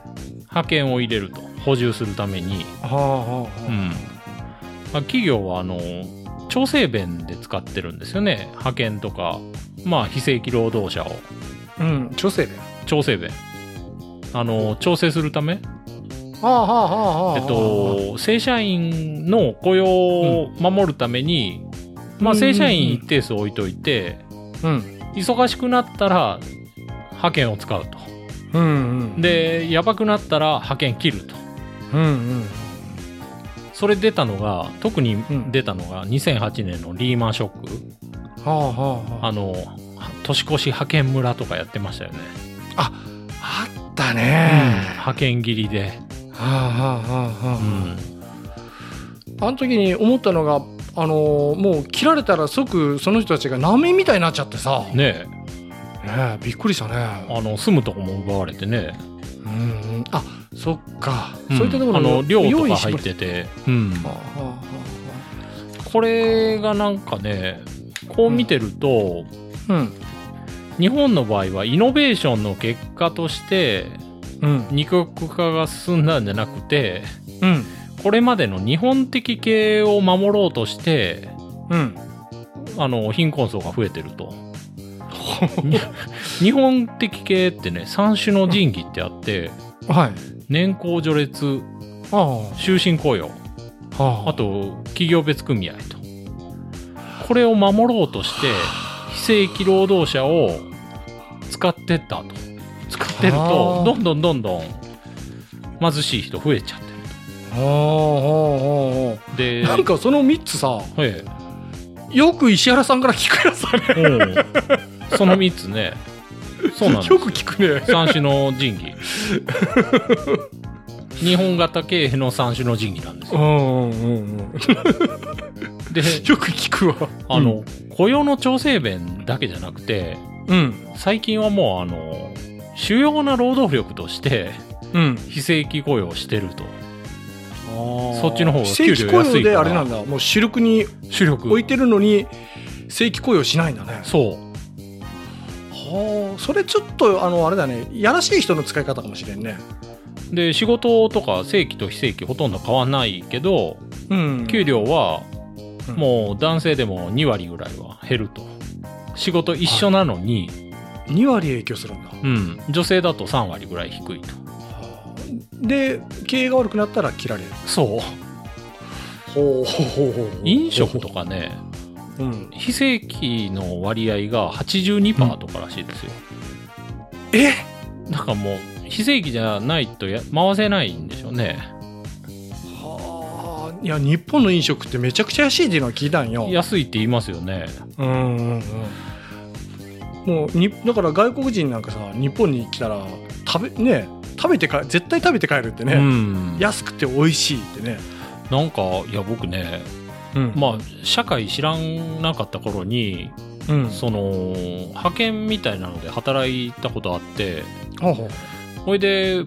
Speaker 3: 派遣を入れると補充するために、
Speaker 2: はあはあ
Speaker 3: うんまあ、企業はあの調整弁で使ってるんですよね派遣とか、まあ、非正規労働者を
Speaker 2: うん女性で
Speaker 3: 調整弁あの調整するため、
Speaker 2: はあはあはあはあ
Speaker 3: えっと、正社員の雇用を守るために、まあ、正社員一定数置いといて
Speaker 2: うん
Speaker 3: 忙しくなったら派遣を使うと
Speaker 2: うんうん
Speaker 3: でやばくなったら派遣切ると
Speaker 2: うんうん
Speaker 3: それ出たのが特に
Speaker 2: ん
Speaker 3: 出たのが2008年のリーマンショック、
Speaker 2: はあはあは
Speaker 3: あの年越し派遣村とかやってましたよね、
Speaker 2: ああった
Speaker 3: 派遣切りで、
Speaker 2: はあはあはあはあ
Speaker 3: うん、
Speaker 2: あの時に思ったのがあのーもう切られたら即その人たちが難民みたいになっちゃってさ、ね
Speaker 3: ねえ
Speaker 2: え、びっくりしたね。
Speaker 3: あの住むとこも奪われてね、
Speaker 2: うんうん、あそっか、
Speaker 3: ん
Speaker 2: そういったところ
Speaker 3: あの寮とか入っ
Speaker 2: る。
Speaker 3: てて、うん、
Speaker 2: はあはあは
Speaker 3: これがなんかねこう見てると、
Speaker 2: あはあ
Speaker 3: 日本の場合はイノベーションの結果として
Speaker 2: うんうん
Speaker 3: 二極化が進んだんじゃなくて
Speaker 2: うん
Speaker 3: これまでの日本的系を守ろうとして
Speaker 2: うん
Speaker 3: あの貧困層が増えてると。 に日本的系ってね三種の神器ってあって
Speaker 2: はい。
Speaker 3: 年功序列
Speaker 2: ああ
Speaker 3: 終身雇用
Speaker 2: は
Speaker 3: あと企業別組合とこれを守ろうとして非正規労働者を使ってったと使ってる
Speaker 2: あ
Speaker 3: と
Speaker 2: ー
Speaker 3: どんどんどんどん貧しい人増えちゃって
Speaker 2: あはあはあはあ
Speaker 3: るで
Speaker 2: なんかその三つさ、
Speaker 3: え
Speaker 2: よく石原さんから聞くやつだね。
Speaker 3: えうんその3つねそうなんです
Speaker 2: よく聞くね。
Speaker 3: 三種の神器日本型経営の三種の神器なんです
Speaker 2: う
Speaker 3: よ
Speaker 2: んうんうんうん。
Speaker 3: で
Speaker 2: よく聞くわ。
Speaker 3: あの、雇用の調整弁だけじゃなくて
Speaker 2: うん
Speaker 3: 最近はもうあの主要な労働力として
Speaker 2: うん。
Speaker 3: 非正規雇用してると
Speaker 2: そ
Speaker 3: そっちの方が給料安いから
Speaker 2: 正規雇用であれなんだもう主力に
Speaker 3: 主力
Speaker 2: 置いてるのに正規雇用しないんだね
Speaker 3: そう
Speaker 2: はあそれちょっとあのあれだねやらしい人の使い方かもしれんね
Speaker 3: で、仕事とか正規と非正規ほとんど変わんないけど、
Speaker 2: うん
Speaker 3: 給料は
Speaker 2: うん
Speaker 3: もう男性でも2割ぐらいは減ると。仕事一緒なのに、
Speaker 2: 2割影響するんだ
Speaker 3: うん、女性だと3割ぐらい低いと。
Speaker 2: で経営が悪くなったら切られる
Speaker 3: そう。
Speaker 2: ほうほうほうほう
Speaker 3: 飲食とかね、
Speaker 2: うん
Speaker 3: 非正規の割合が82%とからしいですよ。
Speaker 2: え
Speaker 3: だからもう、非正規じゃないとや回せないんでしょうね。
Speaker 2: はあいや日本の飲食ってめちゃくちゃ安いっていうのは聞いたんよ
Speaker 3: 安いって言いますよね。
Speaker 2: うんうんうんもうにだから外国人なんかさ日本に来たら食べね食べてか絶対食べて帰るってね、
Speaker 3: うん。
Speaker 2: 安くて美味しいってね、
Speaker 3: なんか、いや、僕ね、
Speaker 2: うん
Speaker 3: まあ、社会知らなかった頃に、
Speaker 2: うん
Speaker 3: その、派遣みたいなので働いたことあって、
Speaker 2: ほうほう
Speaker 3: ほいで、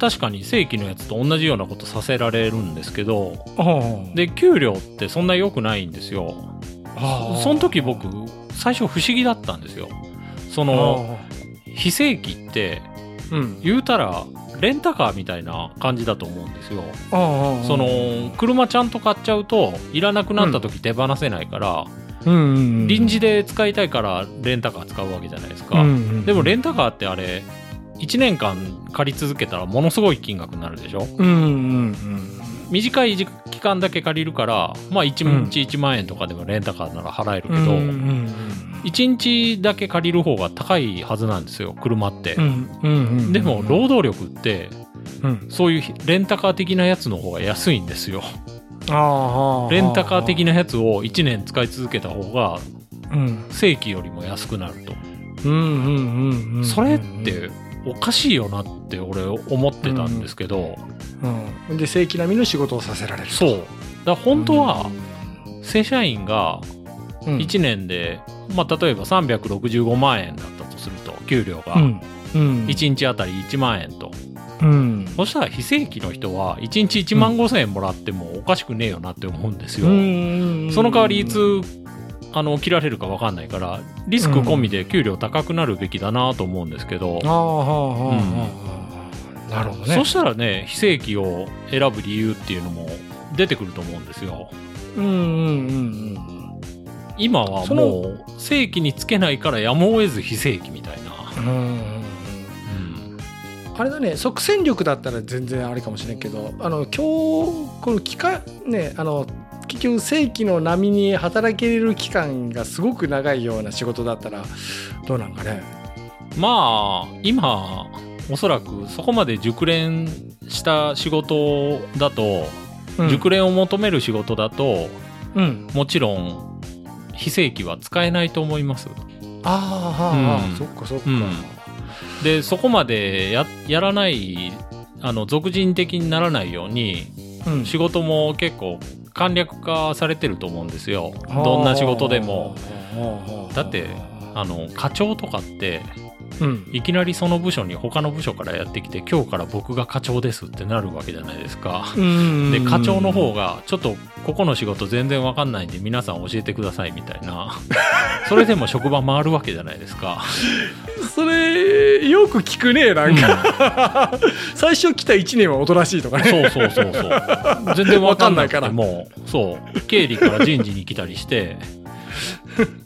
Speaker 3: 確かに正規のやつと同じようなことさせられるんですけど、
Speaker 2: ほうほう
Speaker 3: で、給料ってそんな良くないんですよ。
Speaker 2: はあ
Speaker 3: その時僕、最初不思議だったんですよ。その、
Speaker 2: はあ
Speaker 3: 非正規って、
Speaker 2: うん
Speaker 3: 言うたら、レンタカーみたいな感じだと思うんですよ。
Speaker 2: ああ
Speaker 3: その、車ちゃんと買っちゃうと、いらなくなった時手放せないから、
Speaker 2: うんうんうん
Speaker 3: 臨時で使いたいからレンタカー使うわけじゃないですか、
Speaker 2: うんうん
Speaker 3: でもレンタカーってあれ1年間借り続けたらものすごい金額になるでしょ
Speaker 2: うんうんうん
Speaker 3: 短い時期間だけ借りるからまあ1日1万円とかでもレンタカーなら払えるけど、
Speaker 2: うんうん
Speaker 3: 1日だけ借りる方が高いはずなんですよ車って、
Speaker 2: うんうんうん
Speaker 3: でも労働力って
Speaker 2: うん
Speaker 3: そういうレンタカー的なやつの方が安いんですよ
Speaker 2: ああああ
Speaker 3: レンタカー的
Speaker 2: な
Speaker 3: なやつを1年使い続けた方が
Speaker 2: うん
Speaker 3: 正規よりも安くなると
Speaker 2: うんうんうんうん
Speaker 3: それっておかしいよなって俺思ってたんですけど、
Speaker 2: うんで正規並みの仕事をさせられる
Speaker 3: そうだから本当は正社員が
Speaker 2: うん
Speaker 3: 1年で、まあ、例えば365万円だったとすると給料が
Speaker 2: うんうん
Speaker 3: 1日あたり1万円と、
Speaker 2: うん
Speaker 3: そしたら非正規の人は1日1万5千円もらってもおかしくねえよなって思うんですよ、
Speaker 2: うん
Speaker 3: その代わりいつあの切られるか分かんないからリスク込みで給料高くなるべきだなと思うんですけど、
Speaker 2: ああああああなるほどね
Speaker 3: そしたらね非正規を選ぶ理由っていうのも出てくると思うんですよ
Speaker 2: うんうんうんうん
Speaker 3: 今は
Speaker 2: その
Speaker 3: もう正規につけないからやむを得ず非正規みたいな、
Speaker 2: うんうんうんあれだね即戦力だったら全然あれかもしれんけどあの今日この期間ねあの結局正規の波に働ける期間がすごく長いような仕事だったらどうなんかね
Speaker 3: まあ今おそらくそこまで熟練した仕事だと、熟練を求める仕事だと
Speaker 2: うん
Speaker 3: もちろん非正規は使えないと思います
Speaker 2: ああ、
Speaker 3: うん
Speaker 2: そっかそっか、
Speaker 3: うんでそこまでややらないあの俗人的にならないように
Speaker 2: うん
Speaker 3: 仕事も結構簡略化されてると思うんですよどんな仕事でもだってあの課長とかって
Speaker 2: うん
Speaker 3: いきなりその部署に他の部署からやってきて今日から僕が課長ですってなるわけじゃないですかで課長の方がちょっとここの仕事全然わかんないんで皆さん教えてくださいみたいな それでも職場回るわけじゃないですか、
Speaker 2: それよく聞くねなんか、最初来た1年はおとなしいとかね
Speaker 3: そうそうそうそう全然わかんないからもうそう経理から人事に来たりして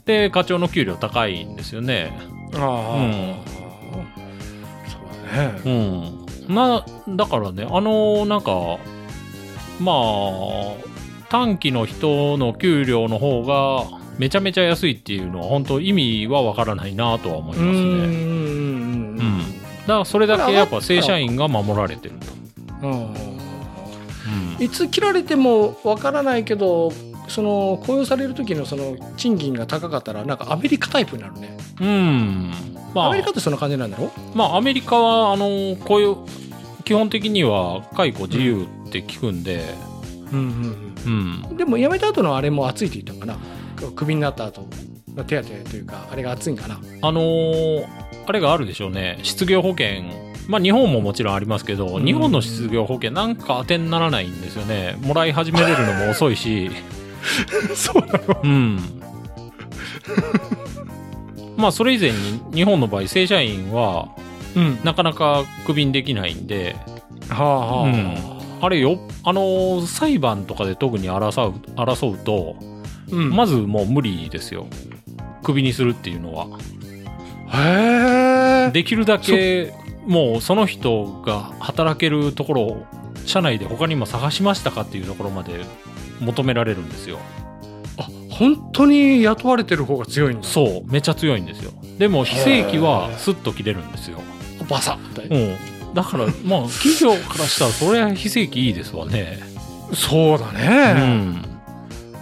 Speaker 3: で課長の給料高いんですよね
Speaker 2: あそうだね
Speaker 3: うん、なだからねあのなんかまあ短期の人の給料の方がめちゃめちゃ安いっていうのは本当意味はわからないなとは思います
Speaker 2: ん
Speaker 3: ねうんだからそれだけやっぱ正社員が守られてると、
Speaker 2: うんいつ切られてもわからないけどその雇用される時のその賃金が高かったらなんかアメリカタイプになるね、
Speaker 3: うん、うんまあ
Speaker 2: アメリカってそんな感じなんだろ
Speaker 3: まあアメリカはあのこういう基本的には解雇自由って聞くんで、
Speaker 2: うん
Speaker 3: うん、
Speaker 2: でも辞めた後のあれも熱いって言ったのかなクビになった後の手当というかあれが熱いんかな
Speaker 3: あのーあれがあるでしょうね失業保険まあ日本ももちろんありますけど、
Speaker 2: うん
Speaker 3: 日本の失業保険なんか当てにならないんですよねもらい始めれるのも遅いし
Speaker 2: そうなの
Speaker 3: うんまあそれ以前に日本の場合正社員は
Speaker 2: うん
Speaker 3: なかなかクビにできないんで
Speaker 2: はあはあ、
Speaker 3: うんあれよあのー裁判とかで特に争う争うと、
Speaker 2: うん
Speaker 3: まずもう無理ですよクビにするっていうのは
Speaker 2: へえ
Speaker 3: できるだけもうその人が働けるところを社内で他にも探しましたかっていうところまで求められるんですよ
Speaker 2: あ本当に雇われてる方が強いんだ
Speaker 3: そうめちゃ強いんですよでも非正規はスッと切れるんですよ、
Speaker 2: バサッみたいな
Speaker 3: うん、だからまあ企業からしたらそれは非正規いいですわね
Speaker 2: そうだ
Speaker 3: う
Speaker 2: ね、
Speaker 3: ん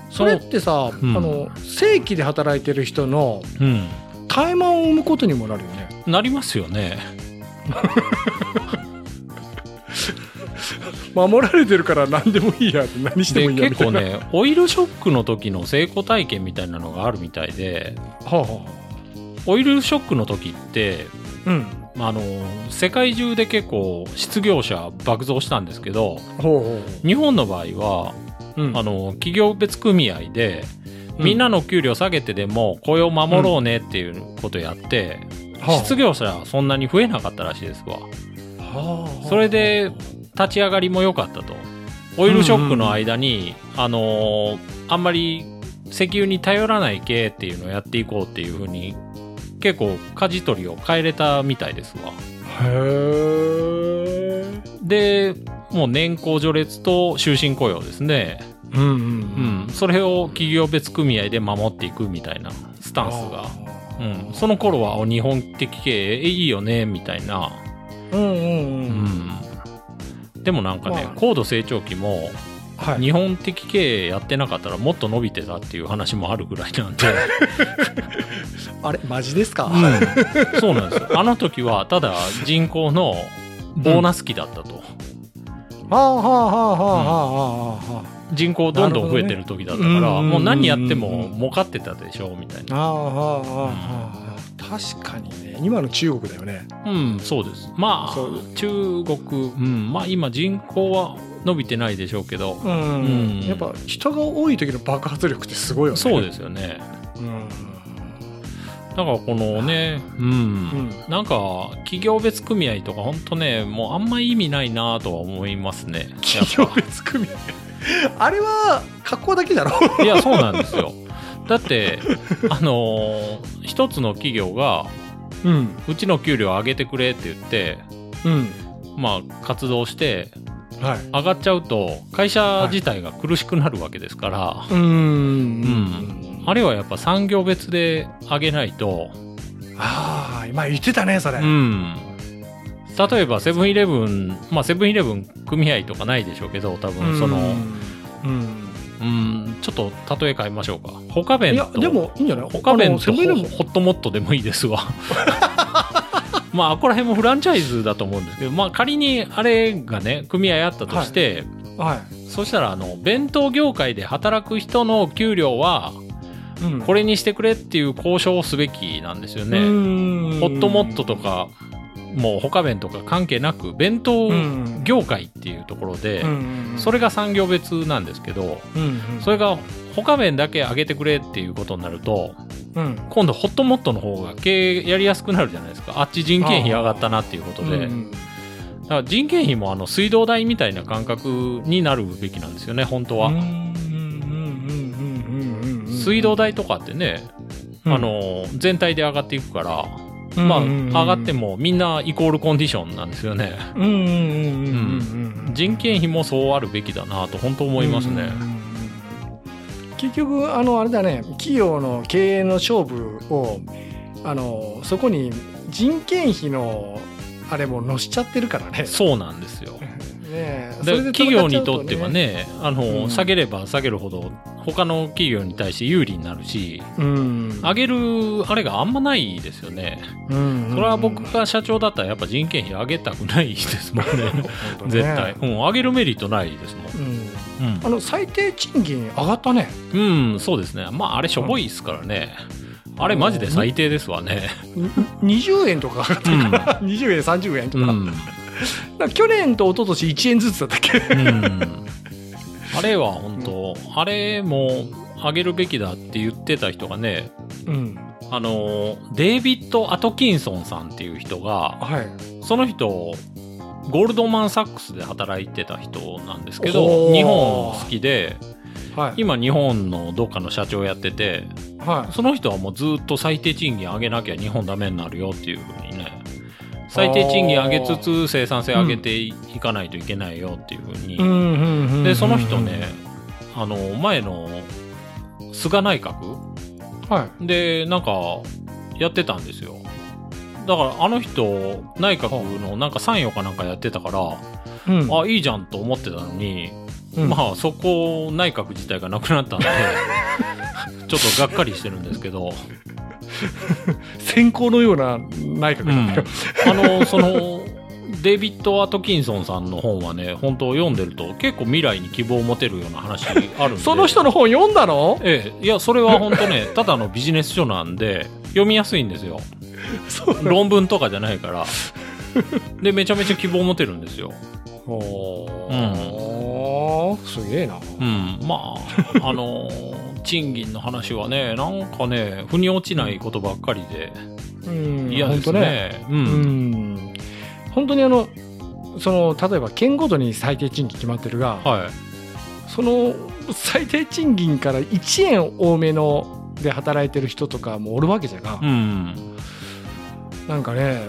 Speaker 2: それってさ、
Speaker 3: ん
Speaker 2: あの正規で働いてる人の
Speaker 3: うん
Speaker 2: 怠慢を生むことにもなるよね
Speaker 3: なりますよね
Speaker 2: 守られてるから何でもいいやって何して
Speaker 3: で
Speaker 2: もいいやみ
Speaker 3: 結
Speaker 2: たい
Speaker 3: 構
Speaker 2: な
Speaker 3: ねオイルショックの時の成功体験みたいなのがあるみたいで
Speaker 2: はあは
Speaker 3: オイルショックの時って
Speaker 2: あうん
Speaker 3: まああの世界中で結構失業者爆増したんですけど
Speaker 2: ほうほ
Speaker 3: 日本の場合は
Speaker 2: う、うん
Speaker 3: あの企業別組合でみんなの給料下げてでも雇用守ろうねっていうことやって、失業者はそんなに増えなかったらしいですわ
Speaker 2: 業、はあ
Speaker 3: それで立ち上がりも良かったとオイルショックの間に、あのーあんまり石油に頼らない系っていうのをやっていこうっていうふうに結構舵取りを変えれたみたいですわ
Speaker 2: へえ
Speaker 3: でもう年功序列と終身雇用ですね、
Speaker 2: うんうん
Speaker 3: うん、それを企業別組合で守っていくみたいなスタンスが、うん、その頃はお日本的経営いいよねみたいな、
Speaker 2: うんうん
Speaker 3: う
Speaker 2: うん、
Speaker 3: ん、でもなんかね、
Speaker 2: まあ
Speaker 3: 高度成長期も
Speaker 2: はい
Speaker 3: 日本的経営やってなかったらもっと伸びてたっていう話もあるぐらい なんで、
Speaker 2: あれマジですか、
Speaker 3: うんそうなんですよあの時はただ人口のボーナス期だったと、
Speaker 2: はあはあはあはあはあは
Speaker 3: 人口どんどん増えてる時だったか
Speaker 2: なるほ
Speaker 3: ら、
Speaker 2: どね
Speaker 3: もう何やって
Speaker 2: うんうん
Speaker 3: も
Speaker 2: うん
Speaker 3: 儲かってたでしょみたい
Speaker 2: あ
Speaker 3: な
Speaker 2: はあはあはあはあ確かにね今の中国だよね
Speaker 3: うんそうですまあ
Speaker 2: そうで
Speaker 3: 中国、うん、まあ今人口は伸びてないでしょうけど
Speaker 2: うん、
Speaker 3: うん
Speaker 2: やっぱ人が多い時の爆発力ってすごいよね
Speaker 3: そう
Speaker 2: す、
Speaker 3: ですよね
Speaker 2: うん
Speaker 3: だからこのね
Speaker 2: うん、
Speaker 3: なんか企業別組合とか本当ねもうあんま意味ないなとは思いますね。
Speaker 2: 企業別組合あれは格好だけだろ
Speaker 3: いやそうなんですよ。だってあのー一つの企業が
Speaker 2: うん
Speaker 3: うちの給料上げてくれって言って
Speaker 2: うん
Speaker 3: まあ活動して
Speaker 2: はい
Speaker 3: 上がっちゃうと会社自体が苦しくなるわけですから、
Speaker 2: うん
Speaker 3: んあれはやっぱ産業別で上げないと、
Speaker 2: ああ今言ってたねそれ、
Speaker 3: うん。例えばセブンイレブンまあセブンイレブン組合とかないでしょうけど多分その。
Speaker 2: うん
Speaker 3: うん、ちょっと例え変えましょうか。他
Speaker 2: い
Speaker 3: 弁
Speaker 2: や
Speaker 3: と。
Speaker 2: でもいいんじゃない
Speaker 3: 他弁
Speaker 2: あのセ
Speaker 3: と
Speaker 2: ブンイレ
Speaker 3: ホ
Speaker 2: ブン
Speaker 3: ホットモットでもいいです わ。まあ、ここら辺もフランチャイズだと思うんですけど、まあ、仮にあれがね、組合あったとして、
Speaker 2: は
Speaker 3: そしたら、あの、弁当業界で働く人の給料は、
Speaker 2: い、うん
Speaker 3: これにしてくれっていう交渉をすべきなんですよ
Speaker 2: う
Speaker 3: ね。
Speaker 2: ん
Speaker 3: ホットモットとか、もう他弁とか関係なく、弁当
Speaker 2: うん
Speaker 3: 業界っていうところで、
Speaker 2: うん
Speaker 3: それが産業別なんですけど、
Speaker 2: うん
Speaker 3: それが他面だけ上げてくれっていうことになると
Speaker 2: うん
Speaker 3: 今度ホットモットの方が経営やりやすくなるじゃないですかあっち人件費上がったなっていうことで、
Speaker 2: うん
Speaker 3: だから人件費もあの水道代みたいな感覚になるべきなんですよね本当は、
Speaker 2: うんうんうんうんうんうんうん
Speaker 3: 水道代とかってね、
Speaker 2: うん
Speaker 3: あの全体で上がっていくから、
Speaker 2: うん
Speaker 3: まあ、
Speaker 2: うん
Speaker 3: 上がってもみんなイコールコンディションなんですよね
Speaker 2: うんうんうんうんうんうん
Speaker 3: 人件費もそうあるべきだなと本当思いますね、
Speaker 2: 結局あのあれだね企業の経営の勝負をあのそこに人件費のあれも乗しちゃってるからね。
Speaker 3: そうなんですよ
Speaker 2: ねえそれ
Speaker 3: で
Speaker 2: で
Speaker 3: 企業にとって
Speaker 2: 戦
Speaker 3: は
Speaker 2: っ
Speaker 3: ねあの、
Speaker 2: うん
Speaker 3: 下げれば下げるほど他の企業に対して有利になるし
Speaker 2: ちゃうとね、うん、
Speaker 3: 上げるあれがあんまないですよね
Speaker 2: うん
Speaker 3: それは僕が社長だったらやっぱ人件費上げたくないですもんね 絶対、うん、上げるメリットないですも
Speaker 2: うんんあの最低賃金上がったね。
Speaker 3: うん、うん、そうですねまああれしょぼいですからねあれマジで最低ですわね
Speaker 2: 20円と か上がった
Speaker 3: うん
Speaker 2: から、20円30円と
Speaker 3: う
Speaker 2: か,、
Speaker 3: ん、う
Speaker 2: なんか去年と一昨年1円ずつだったっけ、
Speaker 3: ん、あれは本当あれも上げるべきだって言ってた人がね
Speaker 2: うん、
Speaker 3: あのデイビッド・アトキンソンさんっていう人が
Speaker 2: はい
Speaker 3: その人ゴールドマン・サックスで働いてた人なんですけ
Speaker 4: お
Speaker 3: ど
Speaker 4: ー
Speaker 3: 日本好きで
Speaker 4: はい
Speaker 3: 今日本のどっかの社長やってて
Speaker 4: は
Speaker 3: その人はもうずっと最低賃金上げなきゃ日本ダメになるよっていうふうにね最低賃金上げつつ生産性上げていかないといけないよっていうふうに、
Speaker 4: いうんうんうん
Speaker 3: でその人ねあの前の菅内閣
Speaker 4: は
Speaker 3: でなんかやってたんですよだからあの人内閣のなんか参与かなんかやってたから
Speaker 4: い、うん
Speaker 3: あいいじゃんと思ってたのに、
Speaker 4: うん
Speaker 3: まあそこ内閣自体がなくなったんで ちょっとがっかりしてるんですけど、
Speaker 4: 先行のような内閣
Speaker 3: う
Speaker 4: なん
Speaker 3: ん
Speaker 4: だ
Speaker 3: あ
Speaker 4: よ、
Speaker 3: のそのデイビッド・アトキンソンさんの本はね本当読んでると結構未来に希望を持てるような話あるんで
Speaker 4: その人の本読んだの
Speaker 3: ええ、いやそれは本当 ねただのビジネス書なんで読みやすいんですよ
Speaker 4: そう
Speaker 3: 論文とかじゃないからでめちゃめちゃ希望持てるんですよ
Speaker 4: おーすげえな
Speaker 3: うんま ああのー賃金の話はねなんかね腑に落ちないことばっかりで
Speaker 4: うん
Speaker 3: 嫌
Speaker 4: ほ
Speaker 3: で
Speaker 4: ん
Speaker 3: す
Speaker 4: と
Speaker 3: ねう
Speaker 4: うんん本当にあのその例えば県ごとに最低賃金決まってるが、
Speaker 3: はい
Speaker 4: その最低賃金から1円多めので働いてる人とかもおるわけじゃが、
Speaker 3: うん
Speaker 4: なんかね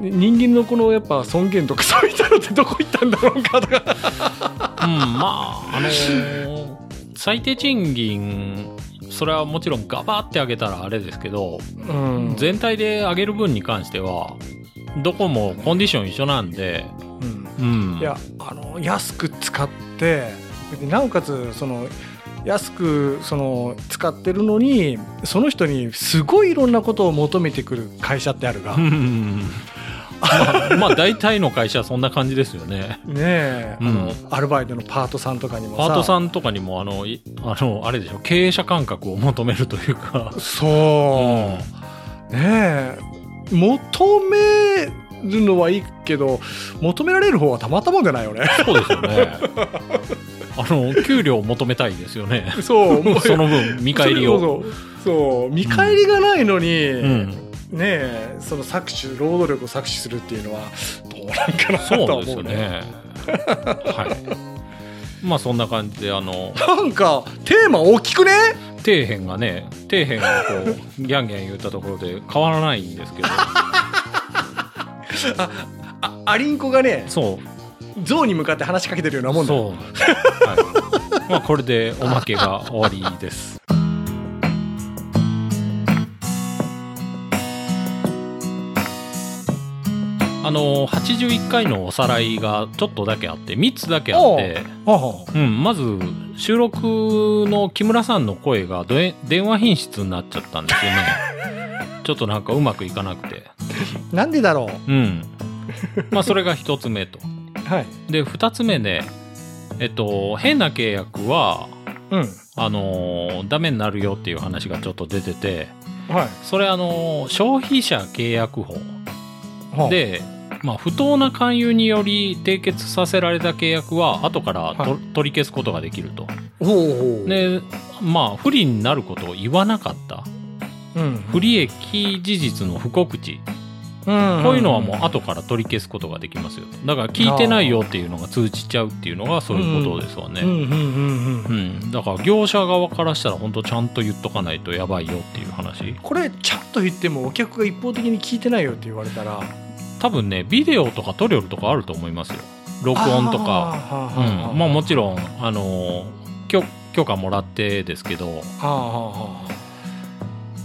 Speaker 4: 人間のこのやっぱ尊厳とかそういったのってどこ行ったんだろうかと か
Speaker 3: うんまああの ー最低賃金それはもちろんガバって上げたらあれですけど
Speaker 4: うん
Speaker 3: 全体で上げる分に関してはどこもコンディション一緒なんで、
Speaker 4: うん
Speaker 3: うん、
Speaker 4: いやあの安く使ってでなおかつその安くその使ってるのにその人にすごいいろんなことを求めてくる会社ってあるが
Speaker 3: う
Speaker 4: ね
Speaker 3: んまあ、まあ大体の会社はそんな感じですよね
Speaker 4: え、あの
Speaker 3: う
Speaker 4: アルバイトのパートさんとかにも
Speaker 3: パート
Speaker 4: ん
Speaker 3: さんとかにもあのいあのあれでしょ経営者感覚を求めるというか、
Speaker 4: そう、ねえ求めるのはいいけど求められる方はたまったもんじゃないよね
Speaker 3: そうですよ ねあの給料を求めたいですよ ね
Speaker 4: そう
Speaker 3: その分見返りを
Speaker 4: そうそう見返りがないのに、
Speaker 3: うん、
Speaker 4: ねえその搾取労働力を搾取するっていうのはどうなんかな と
Speaker 3: そ
Speaker 4: は
Speaker 3: うです
Speaker 4: 思う
Speaker 3: よ
Speaker 4: ね
Speaker 3: ねはいまあそんな感じであの
Speaker 4: なんかテーマ大きくね
Speaker 3: 底辺がね底辺がこうギャンギャン言ったところで変わらないん ですけど
Speaker 4: あアリンコがね
Speaker 3: そう
Speaker 4: 象に向かって話しかけてるようなもんだ
Speaker 3: そう、はい、まあこれでおまけが終わりですあの81回のおさらいがちょっとだけあって3つだけあって
Speaker 4: ああ
Speaker 3: うん、まず収録の木村さんの声がどえ電話品質になっちゃったんですよね ちょっとなんかうまくいかなくて
Speaker 4: なんでだろ
Speaker 3: うんまあそれが1つ目と
Speaker 4: う はい
Speaker 3: で2つ目ねえっと変な契約は
Speaker 4: うん
Speaker 3: あのーダメになるよっていう話がちょっと出てて
Speaker 4: はい
Speaker 3: それあのー消費者契約法
Speaker 4: はあ
Speaker 3: で、まあ、不当な勧誘により締結させられた契約は後からと、
Speaker 4: は
Speaker 3: 取り消すことができると
Speaker 4: ほうほう
Speaker 3: でまあ不利になることを言わなかった
Speaker 4: うん
Speaker 3: 不利益事実の不告知
Speaker 4: こ
Speaker 3: こういうのはもう後から取り消すことができますよとだから聞いてないよっていうのが通知ちゃうっていうのがそういうことですわね、
Speaker 4: うんうんうんうん
Speaker 3: うん、だから業者側からしたら本当ちゃんと言っとかないとやばいよっていう話
Speaker 4: これちゃんと言ってもお客が一方的に聞いてないよって言われたら
Speaker 3: 多分ねビデオとかトリオルとかあると思いますよ録音とか、うん、
Speaker 4: か
Speaker 3: まあもちろんあのー許許可もらってですけど
Speaker 4: はあはあは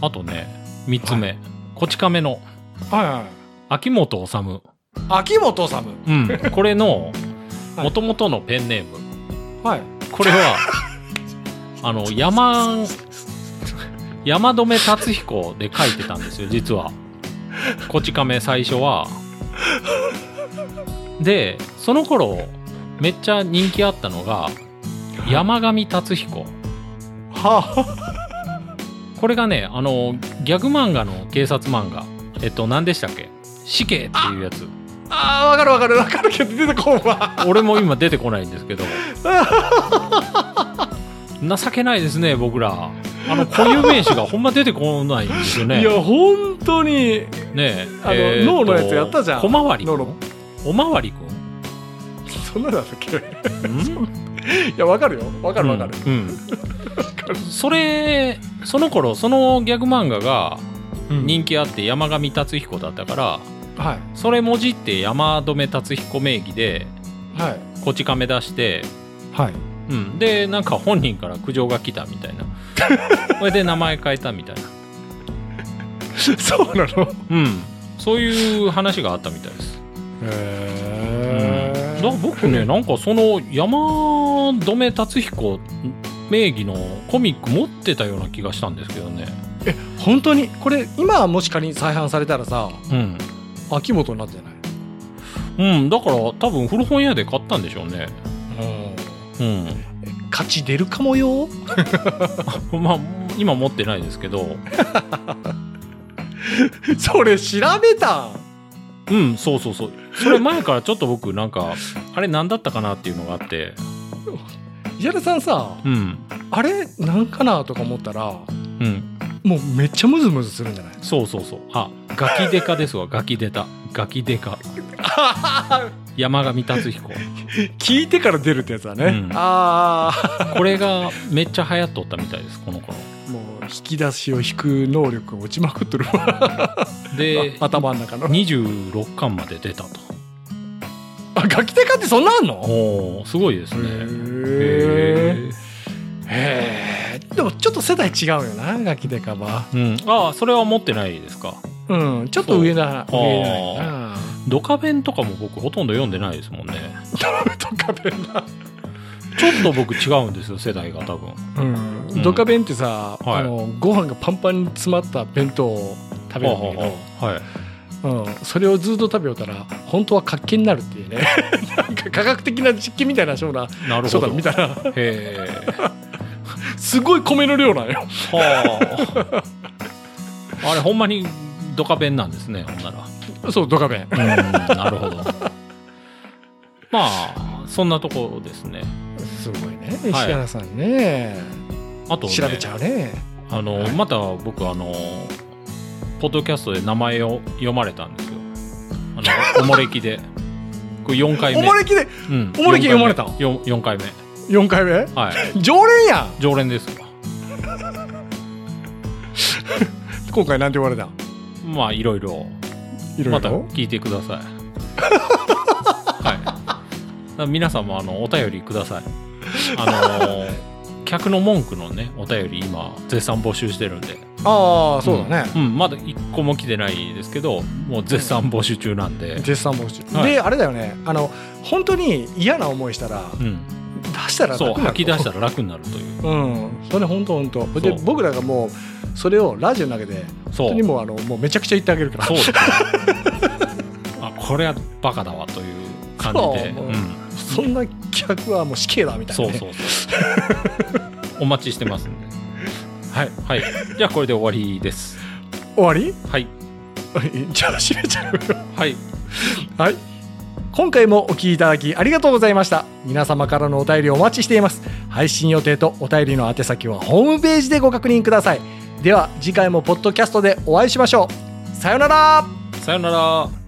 Speaker 3: あとね3つ目、こち亀の
Speaker 4: あはいはい
Speaker 3: 秋元治、
Speaker 4: 秋元治
Speaker 3: うん、これの
Speaker 4: はい
Speaker 3: 元々のペンネーム、
Speaker 4: はい
Speaker 3: これ はあの山山留達彦で書いてたんですよ実はこち亀最初はでその頃めっちゃ人気あったのが山上達彦
Speaker 4: は
Speaker 3: これがねあのギャグ漫画の警察漫画えっと何でしたっけ死刑っていうやつ
Speaker 4: ああーわかるわかるわかるけど出てこんわ
Speaker 3: 俺も今出てこないんです けど情けないですね僕らあの固有名詞がほんま出てこないんですよね
Speaker 4: いや本当に
Speaker 3: ね
Speaker 4: あの
Speaker 3: えーっと
Speaker 4: 脳のやつやったじゃん
Speaker 3: 小回り
Speaker 4: 脳の
Speaker 3: おおまわり くん
Speaker 4: そんなのだったっけい
Speaker 3: うん
Speaker 4: やわかるよわかるわかる、
Speaker 3: うんうんそれその頃そのギャグ漫画が人気あって山上達彦だったから
Speaker 4: はい
Speaker 3: それもじって山留達彦名義で
Speaker 4: はい
Speaker 3: こち亀出して、
Speaker 4: はい
Speaker 3: うん、でなんか本人から苦情が来たみたい なそれで名前変えたみたいな、
Speaker 4: そうなの
Speaker 3: うん、そういう話があったみたいです
Speaker 4: へ
Speaker 3: だから僕ねなんかその山留達彦名義のコミック持ってたような気がしたんですけどね
Speaker 4: 本当にこれ今もし仮に再販されたらさ
Speaker 3: うん、
Speaker 4: 秋元になってな
Speaker 3: う
Speaker 4: い
Speaker 3: ん、だから多分古本屋で買ったんでしょうねう
Speaker 4: 勝ち出るかも
Speaker 3: ん
Speaker 4: よ
Speaker 3: まあ今持ってないですけど
Speaker 4: それ調べた
Speaker 3: うんそうそうそうそれ前からちょっと僕なんかあれ何だったかなっていうのがあって
Speaker 4: 石原さんさ
Speaker 3: うん
Speaker 4: あれなんかなとか思ったら
Speaker 3: うん
Speaker 4: もうめっちゃムズムズするんじゃない
Speaker 3: そうそうそうあガキデカですわガキデカガキデ カ山上達彦
Speaker 4: 聞いてから出るってやつだね、
Speaker 3: うん
Speaker 4: あ
Speaker 3: これがめっちゃ流行っとったみたいですこの頃
Speaker 4: あもう引き出しを引く能力落ちまくってるわ
Speaker 3: で
Speaker 4: 頭の中の
Speaker 3: 26巻まで出たと
Speaker 4: あガキテカってそんなんあんの
Speaker 3: おーすごいですね
Speaker 4: へ
Speaker 3: へー
Speaker 4: えへえでもちょっと世代違うよなガキデカは
Speaker 3: うん、ああそれは持ってないですか
Speaker 4: うんちょっと上な
Speaker 3: そう
Speaker 4: 上だよな
Speaker 3: ドカベンとかも僕ほとんど読んでないですもんね
Speaker 4: ドカベンな、
Speaker 3: ちょっと僕違うんですよ世代が多分
Speaker 4: うん
Speaker 3: うん
Speaker 4: ドカベンってさ、
Speaker 3: はい
Speaker 4: あのご飯がパンパンに詰まった弁当を食べるんだけど、
Speaker 3: はい
Speaker 4: うん、それをずっと食べよったら本当は活気になるって いうねなんか科学的な実験みたいなそうな
Speaker 3: なる
Speaker 4: そ
Speaker 3: ほ
Speaker 4: うだ
Speaker 3: ど
Speaker 4: みたいな
Speaker 3: へえ
Speaker 4: すごい米の量なんよ
Speaker 3: は ああれほんまにドカベンなんですねほんなら
Speaker 4: そうドカベン
Speaker 3: うんなるほどまあそんなところですね
Speaker 4: すごいね石原さんね、
Speaker 3: あと、ね、
Speaker 4: 調べちゃうね
Speaker 3: あの、
Speaker 4: はい
Speaker 3: また僕あのポッドキャストで名前を読まれたんですよ あのおもれきでこれ4回目
Speaker 4: おもれきで
Speaker 3: うん
Speaker 4: おもれき読まれた
Speaker 3: 4, 4回目
Speaker 4: 4回目
Speaker 3: はい
Speaker 4: 常連やん
Speaker 3: 常連ですよ
Speaker 4: 今回なんて言われた
Speaker 3: まあいろいろ
Speaker 4: いろ
Speaker 3: ま
Speaker 4: い
Speaker 3: た
Speaker 4: ろ
Speaker 3: 聞いてくだ さいはいだから皆さんもあのお便りくださいあの 客の文句のねお便り今絶賛募集してるんで
Speaker 4: ああそうだね、
Speaker 3: うん、うんまだ1個も来てないですけどもう絶賛募集中なんで
Speaker 4: 絶賛募集、
Speaker 3: はい
Speaker 4: であれだよねあの本当に嫌な思いしたら
Speaker 3: うん
Speaker 4: 出したら楽
Speaker 3: そう
Speaker 4: なの
Speaker 3: 吐き出したら楽になると いう
Speaker 4: うんそれ本当本当で
Speaker 3: そう
Speaker 4: 僕らがもうそれをラジオの中で
Speaker 3: そ
Speaker 4: 本
Speaker 3: う
Speaker 4: 当にもうあのもうめちゃくちゃ言ってあげるから
Speaker 3: そうです あこれはバカだわという感じで
Speaker 4: そううんそんな企画はもう死刑だみたい
Speaker 3: そ
Speaker 4: な、
Speaker 3: う
Speaker 4: ね、
Speaker 3: そうそうお待ちしてますんではい、はい、じゃあこれで終わりです
Speaker 4: 終わり
Speaker 3: はい
Speaker 4: じゃあ閉めちゃうよ
Speaker 3: はい
Speaker 4: はい。今回もお聞きいただきありがとうございました。皆様からのお便りをお待ちしています。配信予定とお便りの宛先はホームページでご確認ください。では次回もポッドキャストでお会いしましょう。さようなら。
Speaker 3: さよなら